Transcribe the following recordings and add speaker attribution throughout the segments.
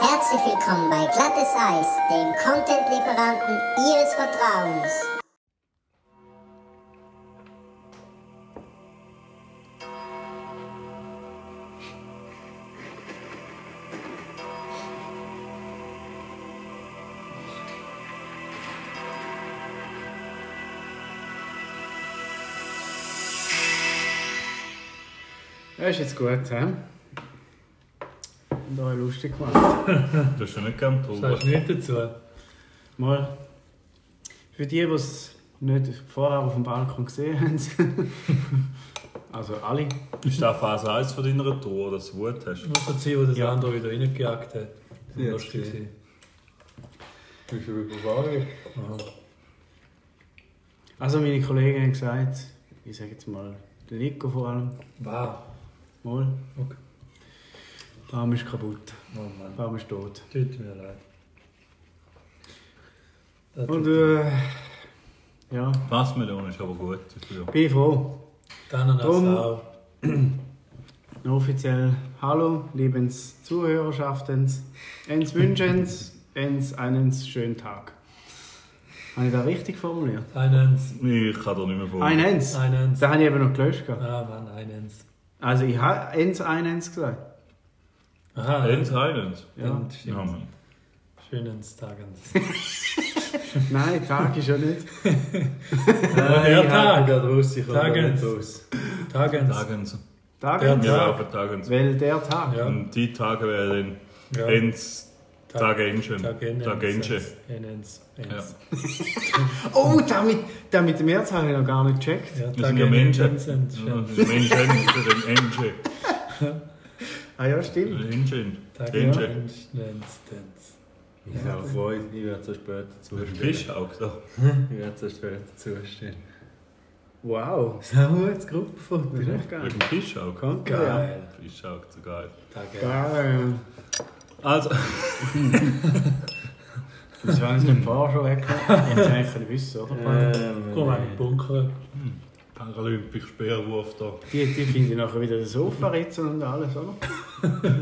Speaker 1: Herzlich willkommen bei Glattes Eis, dem Content-Lieferanten Ihres Vertrauens.
Speaker 2: Das ist jetzt gut, hä? Und euch lustig gemacht.
Speaker 3: Du hast ja nicht gern
Speaker 4: Sagst
Speaker 3: getrunken.
Speaker 4: du nicht dazu?
Speaker 2: Mal, für die, die es nicht vorher auf dem Balkon gesehen haben, also alle,
Speaker 3: Ist das Phase 1 von deiner Tour, dass du Wut hast?
Speaker 4: Muss man sehen, wo das
Speaker 2: Ja.
Speaker 4: andere wieder reingejagt hat. Das war
Speaker 5: Ja,
Speaker 4: lustig.
Speaker 5: okay.
Speaker 4: gewesen.
Speaker 5: Bist du überfahren?
Speaker 2: also meine Kollegen haben gesagt, ich sage jetzt mal, der Nico vor allem,
Speaker 4: Wow.
Speaker 2: mal,
Speaker 4: Okay.
Speaker 2: der Arm ist kaputt,
Speaker 4: Oh Mann,
Speaker 2: der Arm ist tot.
Speaker 4: tut mir leid. Das tut
Speaker 2: Und
Speaker 4: mir leid.
Speaker 2: äh, ja,
Speaker 3: Massmelone ist aber gut. dafür.
Speaker 2: bin ich froh.
Speaker 4: Die Ananas
Speaker 2: drum-
Speaker 4: auch.
Speaker 2: Offiziell, hallo, liebens Zuhörerschaften, ens wünschens, ens einen schönen Tag. Habe ich das richtig formuliert?
Speaker 4: Einens.
Speaker 3: Ich kann dir nicht mehr vor.
Speaker 2: Ein Ens?
Speaker 4: Einens.
Speaker 2: Das habe ich eben noch gelöscht. gehabt.
Speaker 4: Ah Mann, Einens.
Speaker 2: Also ich habe eins einens gesagt.
Speaker 4: Aha,
Speaker 3: Eins, eins.
Speaker 2: Ja.
Speaker 4: End,
Speaker 3: Ja,
Speaker 4: stimmt.
Speaker 3: Mann.
Speaker 4: Schönes Tagens.
Speaker 2: Nein, Tag ist ja nicht.
Speaker 4: Der Tag.
Speaker 5: gerade raus, ich komme
Speaker 4: Tagens.
Speaker 5: nicht raus.
Speaker 4: Tagens.
Speaker 3: Tagens.
Speaker 2: Tag
Speaker 4: Ja.
Speaker 2: ist-
Speaker 3: Wir laufen Tagens.
Speaker 2: Weil der Tag.
Speaker 4: Ja.
Speaker 3: Und die Tage wären
Speaker 4: Ja.
Speaker 3: Ens,
Speaker 4: Tag-
Speaker 3: Tagenschen.
Speaker 4: Tagenens.
Speaker 3: Tagenschen.
Speaker 4: Einens. Eins.
Speaker 2: Oh, damit, damit dem März habe ich noch gar nicht gecheckt.
Speaker 4: Ja,
Speaker 3: Wir sind ja Menschen.
Speaker 4: Tagenens. Eins.
Speaker 3: Ja,
Speaker 4: Schön.
Speaker 3: das ist Menschen, das ist ein Ensche.
Speaker 2: Ah ja, stimmt.
Speaker 3: Enschen. Ensche.
Speaker 4: Tagenens. Eins.
Speaker 5: Ich habe Freude, ich werde so spät
Speaker 3: Du
Speaker 5: dazustehen.
Speaker 3: bist auch so.
Speaker 5: Ich werde so spät dazustehen.
Speaker 2: Wow.
Speaker 4: Samu jetzt Gruppenfoto.
Speaker 2: Das ist echt geil.
Speaker 3: Wegen Fischauge.
Speaker 2: Danke, ja.
Speaker 4: Geil.
Speaker 3: Fischauge, so geil.
Speaker 4: Tagenens.
Speaker 2: Geil.
Speaker 3: Also,
Speaker 2: Das war uns nicht vorher schon weg. Jetzt eigentlich ein Wissen, oder?
Speaker 5: Ähm,
Speaker 4: Komm mal in den Bunker.
Speaker 3: Paralympic-Speerwurf da.
Speaker 2: Die, die finde ich nachher wieder das Sofa ritzen und alles, oder?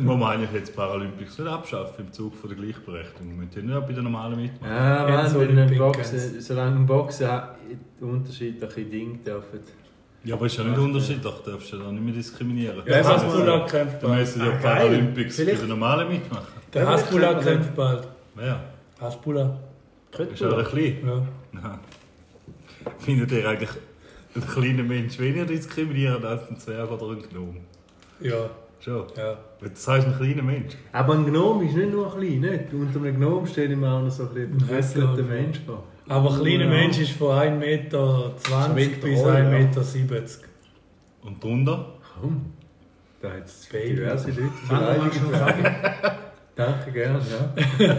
Speaker 3: Wo man eigentlich jetzt Paralympics nicht abschaffen im Zug von der Gleichberechtigung. Wir müssen ja bei der normalen mitmachen.
Speaker 5: Ah, Mann,
Speaker 4: Ganz
Speaker 5: wenn ein
Speaker 4: Olympic
Speaker 5: Boxen,
Speaker 4: Games.
Speaker 5: solange ein Boxen unterschiedliche Dinge dürfen.
Speaker 3: Ja, aber ist ja nicht unterschiedlich, darfst du ja nicht mehr diskriminieren.
Speaker 4: Der
Speaker 3: Das
Speaker 4: Hasbullah
Speaker 3: muss
Speaker 4: kämpft
Speaker 3: ja- Dann
Speaker 4: bald.
Speaker 3: müssen ja
Speaker 2: Ah, geil.
Speaker 3: Paralympics bei
Speaker 2: Vielleicht-
Speaker 3: den normalen mitmachen.
Speaker 4: Der Hasbullah
Speaker 5: Ja.
Speaker 4: kämpft bald.
Speaker 3: Wer?
Speaker 4: Hasbullah.
Speaker 3: Ist ja ein klein.
Speaker 4: Ja.
Speaker 3: Nein. Findet ihr eigentlich einen kleinen Mensch weniger diskriminierend als einen Zwerg oder einen Gnom?
Speaker 4: Ja.
Speaker 3: Schon.
Speaker 4: Ja.
Speaker 3: Weil Das heißt ein kleiner Mensch.
Speaker 5: Aber ein Gnom ist nicht nur klein, nicht? Unter einem Gnom stelle ich mir auch noch so ein bisschen
Speaker 4: Ein
Speaker 5: verküsselter
Speaker 4: Hässler.
Speaker 5: Mensch vor.
Speaker 4: Aber ein kleiner
Speaker 2: Ja.
Speaker 4: Mensch ist von 1,20 Meter
Speaker 5: Mit
Speaker 4: bis
Speaker 5: Rolle,
Speaker 4: 1,70
Speaker 5: ja.
Speaker 4: Meter.
Speaker 3: Und drunter?
Speaker 5: Komm, da hat es
Speaker 4: Baby.
Speaker 5: diverse Leute
Speaker 2: Andere
Speaker 5: beleidigt. Danke, gerne, ja.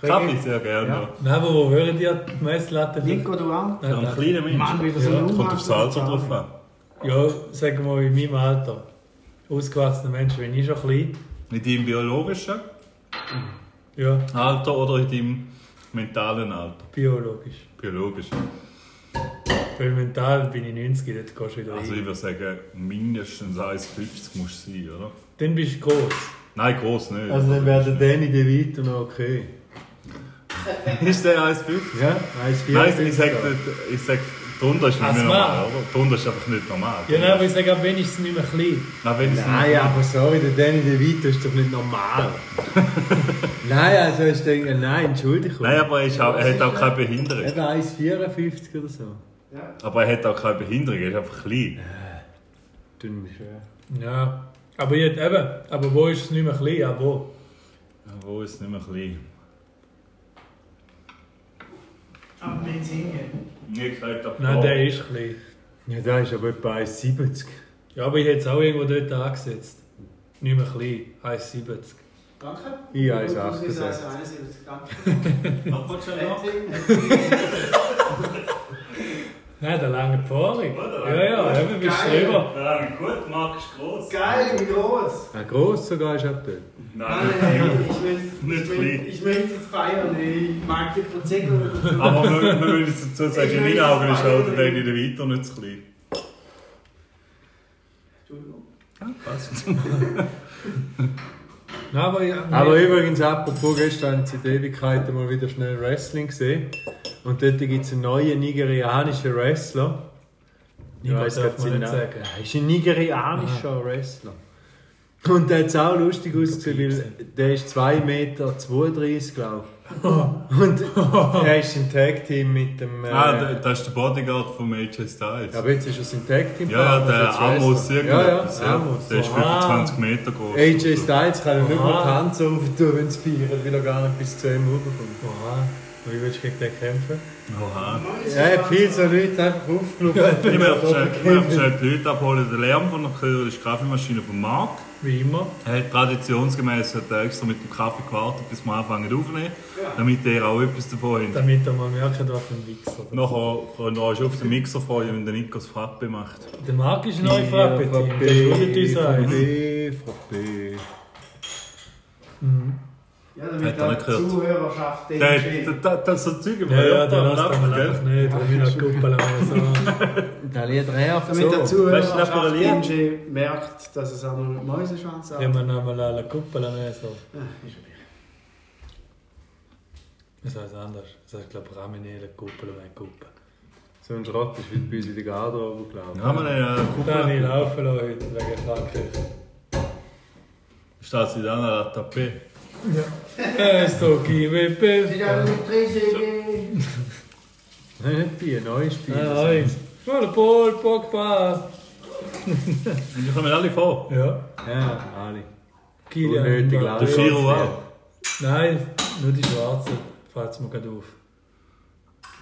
Speaker 3: Kaffee sehr gerne.
Speaker 2: Ja.
Speaker 3: Ja.
Speaker 4: Neben wo hören die die Messlatte?
Speaker 2: Nico, du auch?
Speaker 3: Für
Speaker 4: Nein,
Speaker 3: einen
Speaker 4: nein.
Speaker 3: kleinen Mensch.
Speaker 2: Mann, wieder so ein Umhang.
Speaker 3: Kommt auf Salz drauf an.
Speaker 4: Ja, sagen wir mal in meinem Alter. Ausgewachsene Menschen, wenn ich schon klein.
Speaker 3: In deinem biologischen
Speaker 4: Ja,
Speaker 3: Alter oder in deinem mentalen Alter?
Speaker 4: biologisch.
Speaker 3: Biologisch.
Speaker 4: Weil mental bin ich 90, dort gehst du wieder
Speaker 3: Also ich
Speaker 4: rein.
Speaker 3: würde sagen, mindestens 1,50 musst du sein, oder?
Speaker 4: Dann bist du groß.
Speaker 3: Nein, groß nicht.
Speaker 5: Also dann wäre der Danny DeVito noch okay.
Speaker 3: ist der 1,50?
Speaker 5: Ja? Eins, vier,
Speaker 3: Nein, ich
Speaker 5: fünf,
Speaker 3: sag,
Speaker 5: da.
Speaker 3: nicht- ich sag, drunter ist nicht
Speaker 4: Ach,
Speaker 3: mehr
Speaker 4: smart.
Speaker 3: normal, oder? Drunter ist einfach nicht normal.
Speaker 4: Ja, nein, aber ich sage, ab wann ist es nicht mehr klein?
Speaker 3: Nein, wenn es
Speaker 5: Nein,
Speaker 3: nicht-
Speaker 5: aber sorry, der Danny DeVito ist doch nicht normal. nein, also ich denke, nein, Entschuldigung.
Speaker 3: Nein, aber er, ist auch, er hat auch keine Behinderung.
Speaker 5: Eben 1,54 oder so.
Speaker 3: Aber er hat auch keine Behinderung, er ist einfach klein.
Speaker 5: Dünn mich schwer.
Speaker 4: Ja, aber jetzt eben, aber wo ist es nicht mehr klein, aber wo?
Speaker 3: Ja, Wo ist es nicht mehr klein?
Speaker 2: Am Benzingen.
Speaker 3: Nie gesagt, ab
Speaker 4: Nein,
Speaker 3: da.
Speaker 4: der ist klein.
Speaker 5: Ja, da ist aber etwa 1,70.
Speaker 4: Ja, aber ich hätte es auch irgendwo dort angesetzt. Nicht mehr klein, 1,70.
Speaker 2: Danke.
Speaker 5: Ich 1,68.
Speaker 3: Was willst du noch?
Speaker 4: Nein, der lange Paarung.
Speaker 3: Oh, der
Speaker 4: Ja, ja, eben, bist du drüber.
Speaker 3: Ja, gut, Marc ist gross.
Speaker 2: Geil, wie groß.
Speaker 5: Ah, gross sogar ist er dort.
Speaker 3: Nein,
Speaker 2: Nein,
Speaker 3: Nicht
Speaker 2: ich will
Speaker 3: klein.
Speaker 2: ich will jetzt feiern, ey. ich mag den Prozess.
Speaker 3: aber wir, wir müssen es dazu sagen,
Speaker 2: Ich
Speaker 3: in
Speaker 2: will
Speaker 3: meinen Augen ist
Speaker 2: das
Speaker 3: auch der Danny DeVito nicht zu klein.
Speaker 2: Entschuldigung.
Speaker 3: Ja, passt.
Speaker 4: Nein, aber, ja,
Speaker 5: Aber
Speaker 4: nee.
Speaker 5: übrigens, apropos gestern, haben sie in Ewigkeiten mal wieder schnell Wrestling gesehen. Und dort gibt es einen neuen nigerianischen Wrestler.
Speaker 4: Niger darf man
Speaker 5: seinen
Speaker 4: nicht
Speaker 5: Namen.
Speaker 4: sagen.
Speaker 5: Er ist ein nigerianischer Wrestler. Und der hat auch lustig ausgesehen, weil der ist 2,32 Meter, glaube ich. Und er ist im Tag-Team mit dem... Äh,
Speaker 3: Ah, da- das ist der Bodyguard von AJ Styles.
Speaker 5: aber jetzt ist er im Tag-Team.
Speaker 3: Ja, ja,
Speaker 5: Partner,
Speaker 3: der
Speaker 5: also
Speaker 3: Amos
Speaker 5: jetzt weiss man.
Speaker 3: irgendwas.
Speaker 5: Ja, ja, Amos.
Speaker 3: Der ist
Speaker 4: Aha.
Speaker 3: 25 Meter groß.
Speaker 5: AJ Styles kann ja nicht mal
Speaker 4: Aha.
Speaker 5: die Hand so auftun, wenn es feiert, weil er gar nicht bis zu ihm rüberkommt.
Speaker 4: Oha, wie willst du gegen den kämpfen?
Speaker 3: Oha.
Speaker 5: Ja, ich hab viel so Leute einfach aufgelaufen.
Speaker 3: Ich möchte schnell- ich möchte schnell die Leute abholen. Der Lärm von der Kühe ist die Kaffeemaschine von Marc.
Speaker 4: Wie immer.
Speaker 3: Er hat traditionsgemäß hat er extra mit dem Kaffee gewartet, bis wir anfangen aufzunehmen, damit ihr auch etwas davon habt.
Speaker 4: Damit ihr mal merkt, was für ein Wichser.
Speaker 3: Nachher könnt ihr euch auf den Mixer freuen, wenn der Nico das Frappe macht.
Speaker 4: Der Marc ist neu Frappeteam, der schuldet uns eins.
Speaker 5: Frappé, Frappé.
Speaker 6: Ja,
Speaker 3: Hat er
Speaker 6: damit die
Speaker 3: nicht gehört.
Speaker 6: Zuhörerschaft den
Speaker 3: Der,
Speaker 6: versteht.
Speaker 3: der, der, der, so Zeug
Speaker 4: Ja, ja, der
Speaker 3: man
Speaker 4: lässt
Speaker 3: einfach,
Speaker 4: man
Speaker 3: gell?
Speaker 4: einfach nicht, weil wir noch Kuppel haben. So.
Speaker 5: Der Lied nervt
Speaker 6: Damit der
Speaker 5: so.
Speaker 3: Weißt du, was
Speaker 6: Zuhörerschaft
Speaker 3: für ein Lied?
Speaker 6: DJ merkt, dass es einmal mit Mäuseschwanz
Speaker 4: Ja,
Speaker 6: anfängt.
Speaker 4: man haben alle Kuppel haben. So.
Speaker 6: Ah, ist okay.
Speaker 4: Das heißt anders. Das heißt, glaube ich, Raminele, Kuppel und ein Kuppel.
Speaker 5: So ein Schrott ist heute bei uns in der Garderobe, glaube
Speaker 3: Haben wir eine
Speaker 4: Da habe ich
Speaker 3: Kuppel?
Speaker 4: laufen lassen heute wegen Frankreich.
Speaker 3: Steht sie dann an der Tapete?
Speaker 4: Es so
Speaker 6: Das
Speaker 4: gibt
Speaker 6: ist auch mit Riesige.
Speaker 5: ich. Nein, nicht Bier, neues
Speaker 4: Ah,
Speaker 5: Bier.
Speaker 4: Nein, voll Paul, Pogba.
Speaker 3: Und die kommen alle vor.
Speaker 4: Ja.
Speaker 5: Ja, alle.
Speaker 4: Kilian
Speaker 5: Unnötig
Speaker 4: Mbappé.
Speaker 5: laut.
Speaker 3: Der Giro auch.
Speaker 4: Nein, nur die Schwarzen. Fällt mir gerade auf.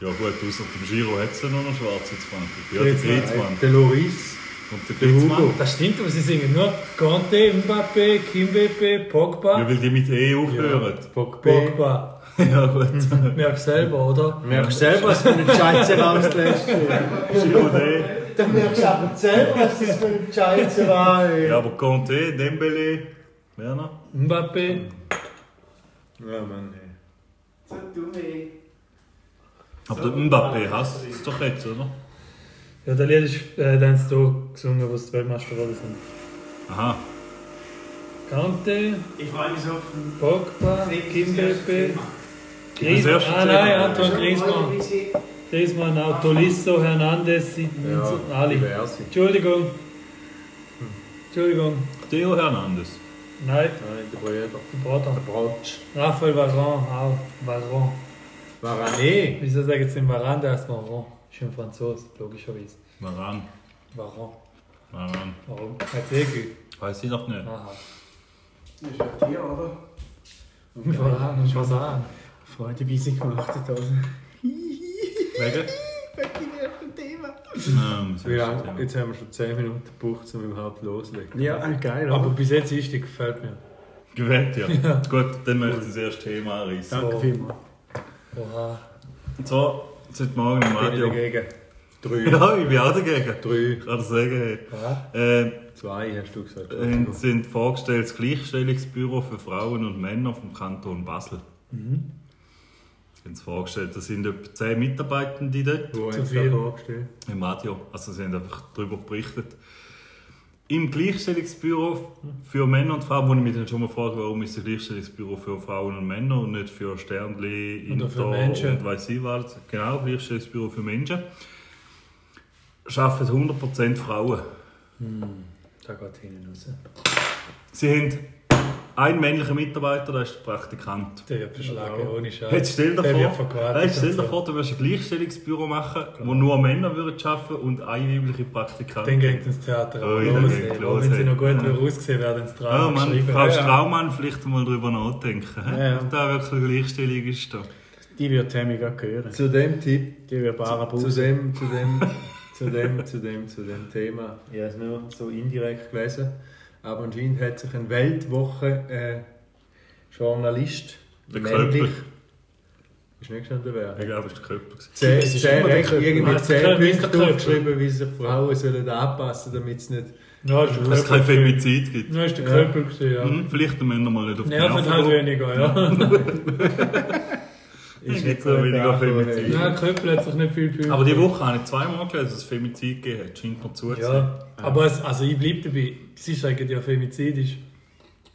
Speaker 3: Ja gut, außer dem Giro hat es ja nur noch schwarze 20. Ja, der Griezmann.
Speaker 5: Griezmann. äh, Der Loris.
Speaker 3: Und der
Speaker 5: Der Hugo.
Speaker 3: Griezmann.
Speaker 4: Das stimmt, aber sie singen nur Conte, Mbappé, Kimbebe, Pogba.
Speaker 3: Ja, weil die mit E aufhören.
Speaker 5: Pogba.
Speaker 4: Pogba.
Speaker 3: Ja, gut.
Speaker 4: Merkst selber, oder?
Speaker 5: Merkst du selber, was du für einen Scheiße rauslässt?
Speaker 3: Giro D.
Speaker 5: Dann merkst du aber selber, was das für ein Scheiße war.
Speaker 3: Ja, aber Conte, Dembele, Werner.
Speaker 4: Mbappé.
Speaker 5: Ja, Mann, ey.
Speaker 6: So dumm, ey.
Speaker 3: Aber der Mbappé hast du es doch jetzt, oder?
Speaker 4: Ja, der Lied ist, äh, den hast du gesungen, wo es Weltmeister geworden sind.
Speaker 3: Aha.
Speaker 4: Conte,
Speaker 6: Ich freue mich so auf den
Speaker 4: Pogba, Kimbebe.
Speaker 3: Ich bin das erste
Speaker 4: Ah nein,
Speaker 3: Thema.
Speaker 4: Anton Griezmann. Griezmann, auch Tolisso, Hernandez, sind sind alle.
Speaker 5: diverse.
Speaker 4: Entschuldigung. Entschuldigung.
Speaker 3: Theo Hernandez.
Speaker 4: Nein,
Speaker 5: Nein, der Brüder.
Speaker 4: der Bruder.
Speaker 5: Brotsch.
Speaker 4: Raphael Varane, auch. Varane.
Speaker 5: Varane.
Speaker 4: ah, Wieso sagen sie Varane, der heißt Varane? Ist ein Franzose, logischerweise.
Speaker 3: Maran.
Speaker 4: Varane.
Speaker 3: Maran.
Speaker 4: Warum? Hat eh gut.
Speaker 3: Weiß ich noch nicht.
Speaker 4: Aha.
Speaker 6: Das ist ja dir, oder?
Speaker 4: Varane, ist Varane.
Speaker 6: Freude bei sich gemacht, die Dose.
Speaker 3: Wegen? Nein, das
Speaker 5: Wie
Speaker 3: ist
Speaker 5: lang?
Speaker 3: ein Thema.
Speaker 5: Jetzt haben wir schon 10 Minuten gebraucht, um überhaupt loszulegen.
Speaker 6: Ja, äh, geil,
Speaker 4: Aber
Speaker 6: aber
Speaker 4: bis jetzt ist die, gefällt mir.
Speaker 3: Gewählt, ja. Gut, dann möchte ich das erste Thema anreißen.
Speaker 6: danke vielmals.
Speaker 4: Oha.
Speaker 3: Und zwar, seit morgen im
Speaker 5: Bin ich
Speaker 3: Radio.
Speaker 5: dagegen? Drei.
Speaker 3: Ja, ich bin auch dagegen.
Speaker 5: Drei.
Speaker 3: Ich kann das sagen.
Speaker 4: Oha.
Speaker 3: hey. Ähm,
Speaker 5: Zwei hast du gesagt.
Speaker 3: Und sind vorgestellt das Gleichstellungsbüro für Frauen und Männer vom Kanton Basel. Sind sie vorgestellt. Da sind etwa 10 Mitarbeitende dort
Speaker 5: Wo
Speaker 4: Zu
Speaker 5: hast du
Speaker 4: viel.
Speaker 5: da vorgestellt?
Speaker 3: im Radio. Also sie haben einfach darüber berichtet. Im Gleichstellungsbüro für Männer und Frauen, wo ich mich dann schon mal frage, warum ist das Gleichstellungsbüro für Frauen und Männer und nicht für Sternli,
Speaker 4: Oder für
Speaker 3: Inter
Speaker 4: Menschen.
Speaker 3: und weiss ich was. Genau, Gleichstellungsbüro für Menschen. Arbeiten 100% Frauen.
Speaker 4: Da geht hinten raus.
Speaker 3: Sie haben einen männlichen Mitarbeiter, der ist der Praktikant.
Speaker 4: Der wird verschlagen, ohne Scheiß.
Speaker 3: Jetzt stell dir
Speaker 4: Der wird
Speaker 3: vor,
Speaker 4: verquatscht
Speaker 3: weißt, stell dir
Speaker 4: und so. Genau.
Speaker 3: vor, du würdest ein Gleichstellungsbüro machen, wo nur Männer würden arbeiten und eine weibliche
Speaker 4: Dann
Speaker 3: Praktikantin.
Speaker 4: geht ins Theater.
Speaker 3: Oh,
Speaker 4: aber
Speaker 3: dann
Speaker 4: los,
Speaker 3: geht's
Speaker 4: ey.
Speaker 3: los,
Speaker 4: Wenn sie
Speaker 3: ey.
Speaker 4: noch gut
Speaker 3: Ja.
Speaker 4: ja. ausgesehen werden, ins Drama
Speaker 3: Ja, Mann,
Speaker 4: geschrieben.
Speaker 3: Ah, Frau
Speaker 4: Ja.
Speaker 3: Straumann, vielleicht mal drüber nachdenken, hä?
Speaker 6: Ja, ja.
Speaker 3: ob da wirklich Gleichstellung ist. Da.
Speaker 6: Die wird Tammy gerade hören.
Speaker 5: Zu dem Tipp,
Speaker 6: Die wird
Speaker 5: zu
Speaker 6: Barabus.
Speaker 5: dem, zu dem, zu dem, zu dem, zu dem Thema. Ich habe es nur so indirekt gelesen. Aber anscheinend hat sich ein Weltwoche-Journalist,
Speaker 3: Der
Speaker 5: männlich,
Speaker 3: Köppel.
Speaker 5: ist nicht gestanden wer,
Speaker 3: Ich glaube, es war der Körper. gewesen.
Speaker 5: zehn,
Speaker 6: Es ist
Speaker 5: zehn,
Speaker 6: immer der
Speaker 5: Recht-
Speaker 6: Köppel.
Speaker 5: irgendwie
Speaker 4: Meinst du, der
Speaker 5: zehn
Speaker 4: Köppel ist der
Speaker 5: Punkte
Speaker 4: Köppel?
Speaker 5: aufgeschrieben, wie sich Frauen sollen anpassen sollen, damit es nicht...
Speaker 4: Ja, ist der
Speaker 3: Dass es keine
Speaker 4: Köppel. gewesen.
Speaker 3: Femizid gibt.
Speaker 4: Ja, ist der Köppel gewesen, ja.
Speaker 3: Hm, vielleicht müssen wir mal nicht auf die
Speaker 4: Nerven halt
Speaker 3: gehen.
Speaker 4: weniger, ja.
Speaker 3: Ist nicht so weniger
Speaker 5: angekommen,
Speaker 3: Femizid.
Speaker 4: Nein, Köppel hat sich nicht viel gefühlt.
Speaker 3: Aber die Woche habe ich zweimal gelesen, dass es Femizid gegeben hat. Scheint mir zu zu sein.
Speaker 4: Ja, aber es, also ich bleibe dabei. Sie sagen ja, Femizid ist.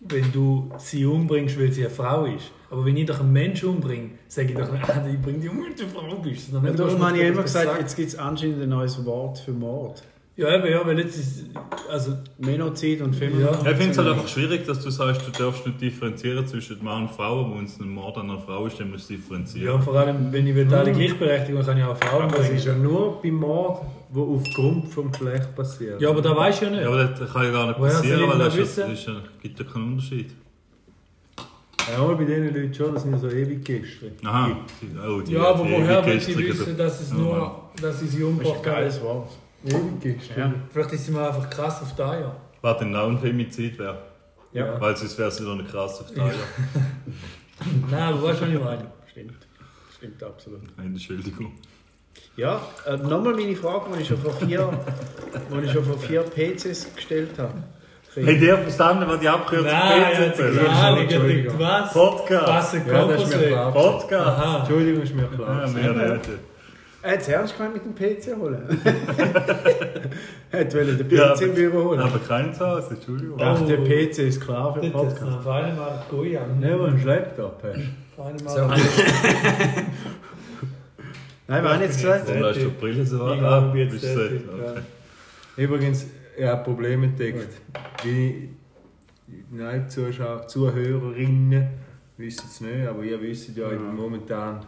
Speaker 4: wenn du sie umbringst, weil sie eine Frau ist. Aber wenn ich doch einen Menschen umbringe, sage ich doch nicht, ah, ich bringe dich um, weil du eine Frau bist. Sondern
Speaker 6: Ja,
Speaker 4: wenn
Speaker 6: du hast
Speaker 4: gehst
Speaker 6: mir
Speaker 4: mit-
Speaker 6: immer
Speaker 4: mit-
Speaker 6: gesagt, jetzt gibt es anscheinend ein neues Wort für Mord.
Speaker 4: Ja, eben, ja, weil jetzt ist, also,
Speaker 6: Menozid und Feminizid.
Speaker 3: Ja, ich finde es halt einfach schwierig, dass du sagst, du darfst nicht differenzieren zwischen Mann und Frau, aber wenn es ein Mord an einer Frau ist, dann musst du
Speaker 4: ja,
Speaker 3: differenzieren.
Speaker 4: und vor allem, wenn ich will, alle Gleichberechtigung, kann ich auch Frauen
Speaker 5: Das
Speaker 4: bringen.
Speaker 5: ist ja nur bei Mord, wo aufgrund vom Geschlecht passiert.
Speaker 4: Ja, aber da weißt du ja nicht.
Speaker 3: Ja, aber das kann ja gar nicht
Speaker 4: Woher
Speaker 3: passieren,
Speaker 4: soll ich
Speaker 3: weil das
Speaker 4: denn
Speaker 3: ist, ja-
Speaker 4: wissen?
Speaker 3: das ist, ja- gibt ja keinen Unterschied.
Speaker 5: Ja, aber bei diesen Leuten schon, das sind so ewig gestern.
Speaker 3: Aha. Oh, die
Speaker 4: Ja, aber
Speaker 3: die
Speaker 4: woher will sie
Speaker 3: gestrige-
Speaker 4: wissen, dass es nur, dass sie sie
Speaker 6: Das ist ein
Speaker 4: umgebracht haben?
Speaker 6: geiles Wort.
Speaker 5: Ewig gestern.
Speaker 6: Ja.
Speaker 4: Vielleicht ist sie mal einfach krass auf da, ja.
Speaker 3: Was denn auch ein Femizid wäre.
Speaker 6: Ja.
Speaker 3: Weil sonst wäre es wieder eine krasse Verteilung.
Speaker 4: Nein, aber weißt du, was ich meine?
Speaker 6: Stimmt. Stimmt absolut.
Speaker 3: Entschuldigung.
Speaker 6: Ja, äh, nochmal meine Frage, die ich schon vor vier, die ich schon vor vier PCs gestellt habe.
Speaker 3: Habt ihr verstanden, was die Abkürzung
Speaker 4: Nein,
Speaker 3: PZ
Speaker 4: ich habe
Speaker 3: ist?
Speaker 4: gerade gedacht,
Speaker 5: Entschuldigung.
Speaker 4: was?
Speaker 3: Podcast.
Speaker 4: Was ein
Speaker 5: Ja, das ist mir
Speaker 4: Kokosweg.
Speaker 5: klar.
Speaker 3: Podcast.
Speaker 4: Aha.
Speaker 5: Entschuldigung, ist mir
Speaker 3: Ja,
Speaker 5: klar.
Speaker 3: mehr nicht.
Speaker 6: Er hat ernst gemeint mit dem PC holen. er hat wollte den PC
Speaker 3: Ja,
Speaker 6: im Büro holen.
Speaker 3: Aber kein zu Hause, Entschuldigung.
Speaker 6: Ach, der PC ist klar für den
Speaker 4: Dort hat's
Speaker 6: Podcast.
Speaker 4: noch auf einmal Goyan.
Speaker 5: Nicht, wo du einen Schlepptop hast.
Speaker 4: Auf einmal-
Speaker 6: Nein, wir haben jetzt gesagt,
Speaker 3: Warum lässt du die Brille so
Speaker 4: Ich
Speaker 3: an?
Speaker 4: glaube,
Speaker 3: Ah,
Speaker 4: jetzt
Speaker 3: bist du
Speaker 4: fertig,
Speaker 3: okay.
Speaker 5: Übrigens, ich habe Probleme entdeckt. Wie nein, Zuschauer, Zuhörerinnen wissen es nicht, aber ihr wisst ja, ich bin momentan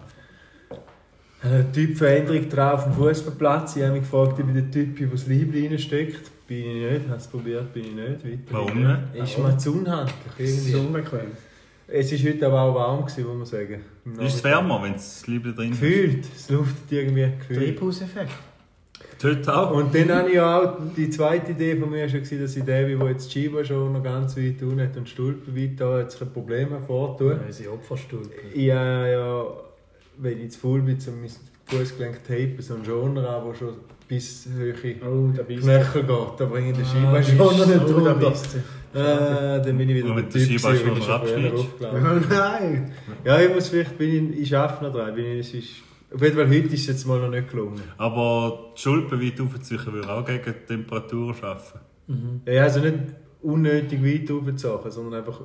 Speaker 5: eine Typveränderung drauf am Fußballplatz. Ich habe mich gefragt, ob ich der Typ bin, der das Liebe reinsteckt. Bin ich nicht, habe es probiert, bin ich nicht. Weiter
Speaker 3: Warum nicht?
Speaker 5: Ist mir zu unhandlich.
Speaker 6: es ist
Speaker 5: Irgendwie.
Speaker 6: unbequem.
Speaker 5: Es war heute aber auch warm, gewesen, muss man sagen. Im
Speaker 3: Ist es wärmer, wenn es das Liebling drin ist?
Speaker 5: Gefühlt. Es luftet irgendwie gefühlt.
Speaker 6: Treibhauseffekt.
Speaker 3: Heute auch.
Speaker 5: Und dann habe ich ja auch die zweite Idee von mir schon gesehen, dass ich der, bin, der jetzt die Scheibe schon noch ganz weit unten hat und die Stulpen weit da jetzt kein Problem hervortun.
Speaker 4: Unsere Opferstulpe.
Speaker 5: Ich habe ja, wenn ich zu faul bin, zum mein Fußgelenk tapen, so einen Schoner an, der schon bis höhere
Speaker 6: Oh, da bist du.
Speaker 5: Knöchel geht. Da bringe ich den
Speaker 6: Ah,
Speaker 5: Scheibenschoner nicht
Speaker 6: oh, da
Speaker 5: runter.
Speaker 6: bist du.
Speaker 5: Äh, dann bin ich wieder
Speaker 3: Und
Speaker 5: der
Speaker 3: mit der
Speaker 5: Typ, gewesen,
Speaker 3: Scheibenschoner
Speaker 5: weil ich schon früher
Speaker 3: abschneidest.
Speaker 5: aufgelaufen
Speaker 6: Oh nein!
Speaker 5: Ja, ich muss vielleicht, bin ich, ich arbeite noch dran. Bin ich, es ist, auf jeden Fall heute ist es jetzt mal noch nicht gelungen.
Speaker 3: Aber die Schulpen weit aufziehen würde auch gegen die Temperatur arbeiten.
Speaker 5: Ja, also nicht unnötig weit aufzusachen, sondern einfach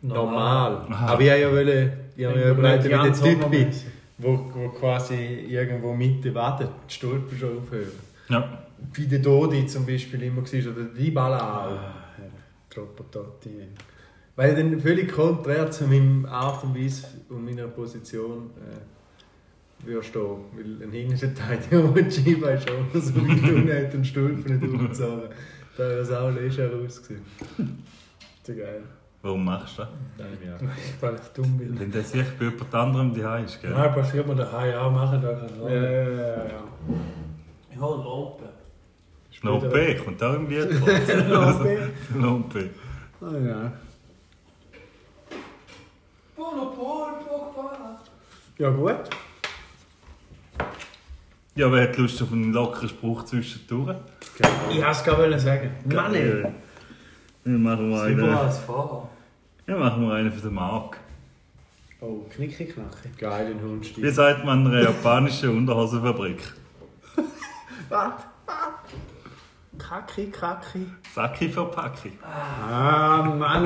Speaker 5: normal.
Speaker 3: Aha.
Speaker 5: Aber ich habe ja wollte, ich habe mir überlegt,
Speaker 6: Die
Speaker 5: ob ich der Typ
Speaker 6: Ansagen
Speaker 5: bin,
Speaker 6: mäßig.
Speaker 5: wo, wo quasi irgendwo Mitte wartet, die Stolpen schon aufhören.
Speaker 3: Ja.
Speaker 5: Wie der Dodi zum Beispiel immer war, oder die Balla
Speaker 6: Ah,
Speaker 5: auch.
Speaker 6: Tropotati.
Speaker 5: Weil dann völlig konträr zu meinem Art und Weise und meiner Position äh, würde stehen. Weil ein Innenverteidiger, der die Scheibe ist, schon so weit unten hat und die Stulpen nicht aufgezogen. Da wäre es auch leger ausgesehen.
Speaker 6: Zu geil.
Speaker 3: Warum machst du das?
Speaker 5: Nein, ja.
Speaker 4: Weil ich dumm bin.
Speaker 3: Wenn das echt bei jemand anderem die ist, gell?
Speaker 4: Nein, passiert mir daheim auch, machen da keine
Speaker 6: Ja,
Speaker 4: Sorge.
Speaker 6: ja, ja, ja.
Speaker 4: Ich hole Lopen.
Speaker 3: Noch B, kommt auch im Lied vor.
Speaker 6: Okay.
Speaker 3: Noch B.
Speaker 6: Ah, ja.
Speaker 4: Monopol, Pogba.
Speaker 6: Ja, gut.
Speaker 3: Ja, wer hat Lust auf einen lockeren Spruch zwischendurch?
Speaker 6: Ich wollte es gerade sagen. Manuel!
Speaker 3: Dann machen wir
Speaker 4: Überall
Speaker 3: einen,
Speaker 4: als Fahrer.
Speaker 3: dann machen wir einen für den Marc.
Speaker 6: Oh, knicki knacki.
Speaker 5: Geil, ein Hundstieg.
Speaker 3: Wie sagt man eine japanische Unterhosenfabrik?
Speaker 6: Was? Kacki, kacki.
Speaker 3: Saki für Paki.
Speaker 6: Ah, Mann.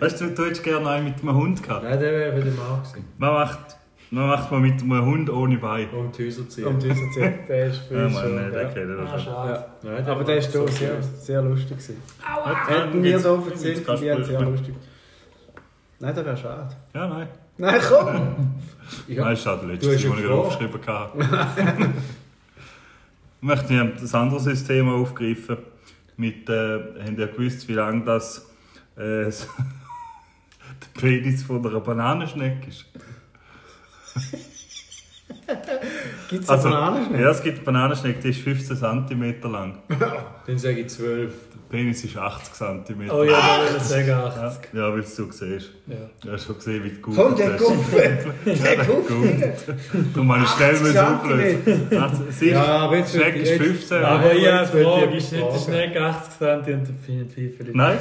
Speaker 3: Weißt du, du hättest gerne einen mit einem Hund gehabt.
Speaker 5: Nein, der wäre für den Mann gewesen.
Speaker 3: Man macht, man macht mal mit einem Hund ohne Bein.
Speaker 5: Um die Häuser zu ziehen.
Speaker 6: Und unser Zeit, der ist für
Speaker 3: Ja,
Speaker 6: uns
Speaker 3: Mann,
Speaker 6: schon.
Speaker 3: nein,
Speaker 6: ja.
Speaker 3: den kennt
Speaker 4: Ah,
Speaker 3: er schon.
Speaker 4: schade.
Speaker 5: Nein,
Speaker 6: Aber der ist doch sehr, sehr lustig. gewesen. Hätten wir so erzählt,
Speaker 3: Jetzt-
Speaker 6: die hat sehr
Speaker 3: Ja,
Speaker 6: lustig. Nein, das wäre schade.
Speaker 3: nein.
Speaker 6: Nein, komm!
Speaker 5: Ja.
Speaker 3: Nein, schade, also letztes
Speaker 5: Du hast
Speaker 3: Mal,
Speaker 5: ja
Speaker 3: wo ich
Speaker 5: gefragt.
Speaker 3: aufgeschrieben habe. ich möchte ja das andere System aufgreifen. Mit, äh, haben ja gewusst, wie lang das äh, s- der Penis von einer Bananenschnecke ist.
Speaker 6: Gibt es also, Bananenschnecke?
Speaker 3: Ja, es gibt eine Bananenschnecke, die ist 15 cm lang. Der
Speaker 5: Dann sage ich 12.
Speaker 3: Penis ist 80 cm.
Speaker 4: Oh ja, da würde ich sagen,
Speaker 3: Ja,
Speaker 4: ach.
Speaker 3: ja weil du siehst.
Speaker 4: Ja.
Speaker 3: Du hast schon gesehen, wie die Google
Speaker 6: Komm, der Gumpf!
Speaker 3: Der Du meinst, stell mir es
Speaker 6: 80
Speaker 3: auflösen. Also, Siehst
Speaker 5: Ja, aber
Speaker 3: du,
Speaker 5: jetzt-
Speaker 3: Schneck ist
Speaker 5: jetzt-
Speaker 3: 15.
Speaker 5: Ja,
Speaker 4: Aber ich
Speaker 5: jetzt
Speaker 4: habe
Speaker 5: wollte ich
Speaker 4: Frage, ist nicht der
Speaker 5: fragen.
Speaker 4: Schnecke 80 cm und der Pfeifel?
Speaker 3: Nein.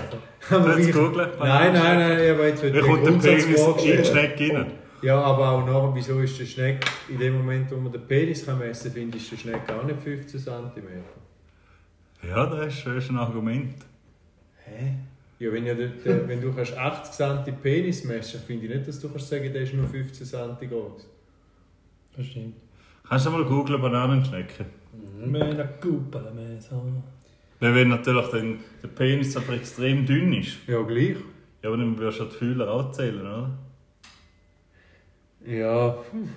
Speaker 5: Aber
Speaker 3: Willst
Speaker 5: wie-
Speaker 3: du googeln?
Speaker 5: Nein, nein, nein, aber jetzt wird
Speaker 3: Wie kommt der Penis in den
Speaker 5: vorgestellt.
Speaker 3: Schneck rein?
Speaker 5: Ja, aber auch nachher, wieso ist der Schneck, in dem Moment, wo man den Penis kann messen kann, ist der Schneck auch nicht 15 cm.
Speaker 3: Ja, das ist, das ist ein Argument.
Speaker 5: Hä? Ja, wenn, ja der, der, wenn du kannst 80 cm Penis messen kannst, finde ich nicht, dass du kannst sagen der ist nur 15 cm groß.
Speaker 4: Das stimmt.
Speaker 3: Kannst du mal googlen Bananenschnecke?
Speaker 4: Mena Kuppel, Mesa.
Speaker 3: Weil wenn natürlich dann der Penis aber extrem dünn ist,
Speaker 5: Ja, gleich.
Speaker 3: ja, aber dann würdest du ja die Fühler auch zählen, oder?
Speaker 5: Ja. hm.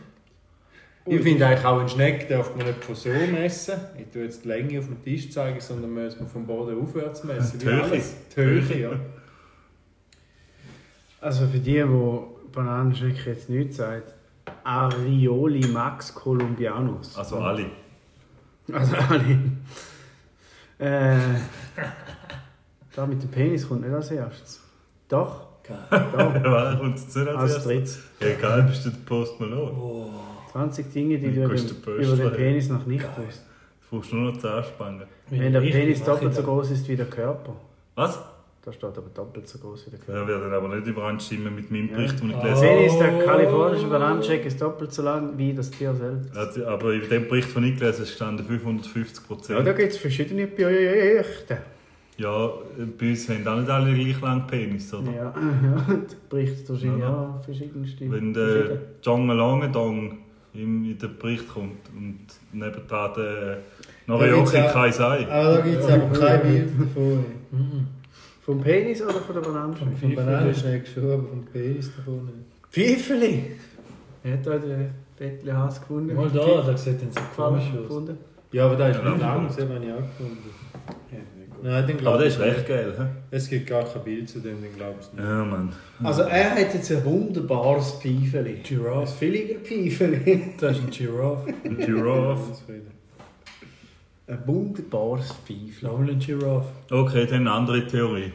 Speaker 5: Ich finde eigentlich auch, einen Schneck darf man nicht von so messen. Ich tue jetzt die Länge auf dem Tisch zeigen, sondern muss man vom Boden aufwärts messen.
Speaker 3: Die
Speaker 5: wie
Speaker 3: Höhe.
Speaker 5: alles. Die Höhe, ja.
Speaker 6: Also für die, die Bananenschnecke jetzt nichts sagt, Arioli Max Columbianus.
Speaker 3: Also alle.
Speaker 6: Also alle. Äh, da mit dem Penis kommt nicht als erstes. Doch,
Speaker 4: Geil.
Speaker 6: da,
Speaker 3: Ja, und zu
Speaker 6: als
Speaker 3: als erstes.
Speaker 6: drittes.
Speaker 3: Ja, egal, bist du der Post Malone.
Speaker 4: Oh.
Speaker 6: 20 Dinge, die du über
Speaker 3: Kostet
Speaker 6: den,
Speaker 3: Böschlein.
Speaker 6: über den Penis noch nicht weißt.
Speaker 3: Du brauchst nur noch die Anspangen.
Speaker 6: Wenn der
Speaker 4: ich
Speaker 6: Penis
Speaker 4: mache,
Speaker 6: doppelt so
Speaker 4: dann-
Speaker 6: groß ist wie der Körper.
Speaker 3: Was?
Speaker 6: Da steht aber doppelt so groß wie der Körper.
Speaker 3: Ja, wir werden aber nicht übereinstimmen mit meinem
Speaker 6: Ja.
Speaker 3: Bericht, den ich
Speaker 6: Der
Speaker 3: gelesen
Speaker 6: Penis der kalifornischen Bananenschnecke ist doppelt so lang wie das Tier selbst.
Speaker 3: habe. Also, Aber in dem Bericht, den ich gelesen habe, standen 550
Speaker 6: Ja, da
Speaker 3: Prozent.
Speaker 6: gibt es verschiedene Berichte.
Speaker 3: Ja, bei uns haben auch nicht alle gleich lang Penis, oder?
Speaker 6: Ja, ja, das bricht wahrscheinlich
Speaker 3: Ja,
Speaker 6: auch verschiedenste.
Speaker 3: Wenn äh,
Speaker 6: verschiedene.
Speaker 3: der John Melangedong im- in den Bericht kommt und nebenan der Noriyoki
Speaker 2: Da gibt's auch-
Speaker 3: Kaisei.
Speaker 2: Aber da gibt es aber kein Bild davon.
Speaker 6: Vom Penis oder von der Bananenschnecke?
Speaker 2: Von Bananenschneck schon, aber vom Penis davon nicht.
Speaker 6: Pfeifeli! Er hat da den Bettli Haas gefunden.
Speaker 4: Mal da, da sieht dann so komisch
Speaker 6: Gefallen
Speaker 4: aus.
Speaker 6: gefunden.
Speaker 5: Ja, aber da ist
Speaker 3: Ja,
Speaker 5: nicht
Speaker 3: lang.
Speaker 5: lang.
Speaker 2: Das habe ich auch gefunden. Nein, den
Speaker 3: Aber
Speaker 2: glaube
Speaker 3: der
Speaker 2: ich
Speaker 3: ist recht geil, hä?
Speaker 5: Es gibt gar kein Bild zu dem, den glaubst du nicht.
Speaker 3: Ja, Mann.
Speaker 2: nicht. Also er hat jetzt ein wunderbares Piefeli. Ein
Speaker 4: Giraffe.
Speaker 2: filiger Piefeli.
Speaker 4: Das ist ein Giraffe.
Speaker 3: Ein Giraffe.
Speaker 2: Ein wunderbares Piefeli.
Speaker 4: Nochmal ein Giraffe.
Speaker 3: Okay, dann eine andere Theorie.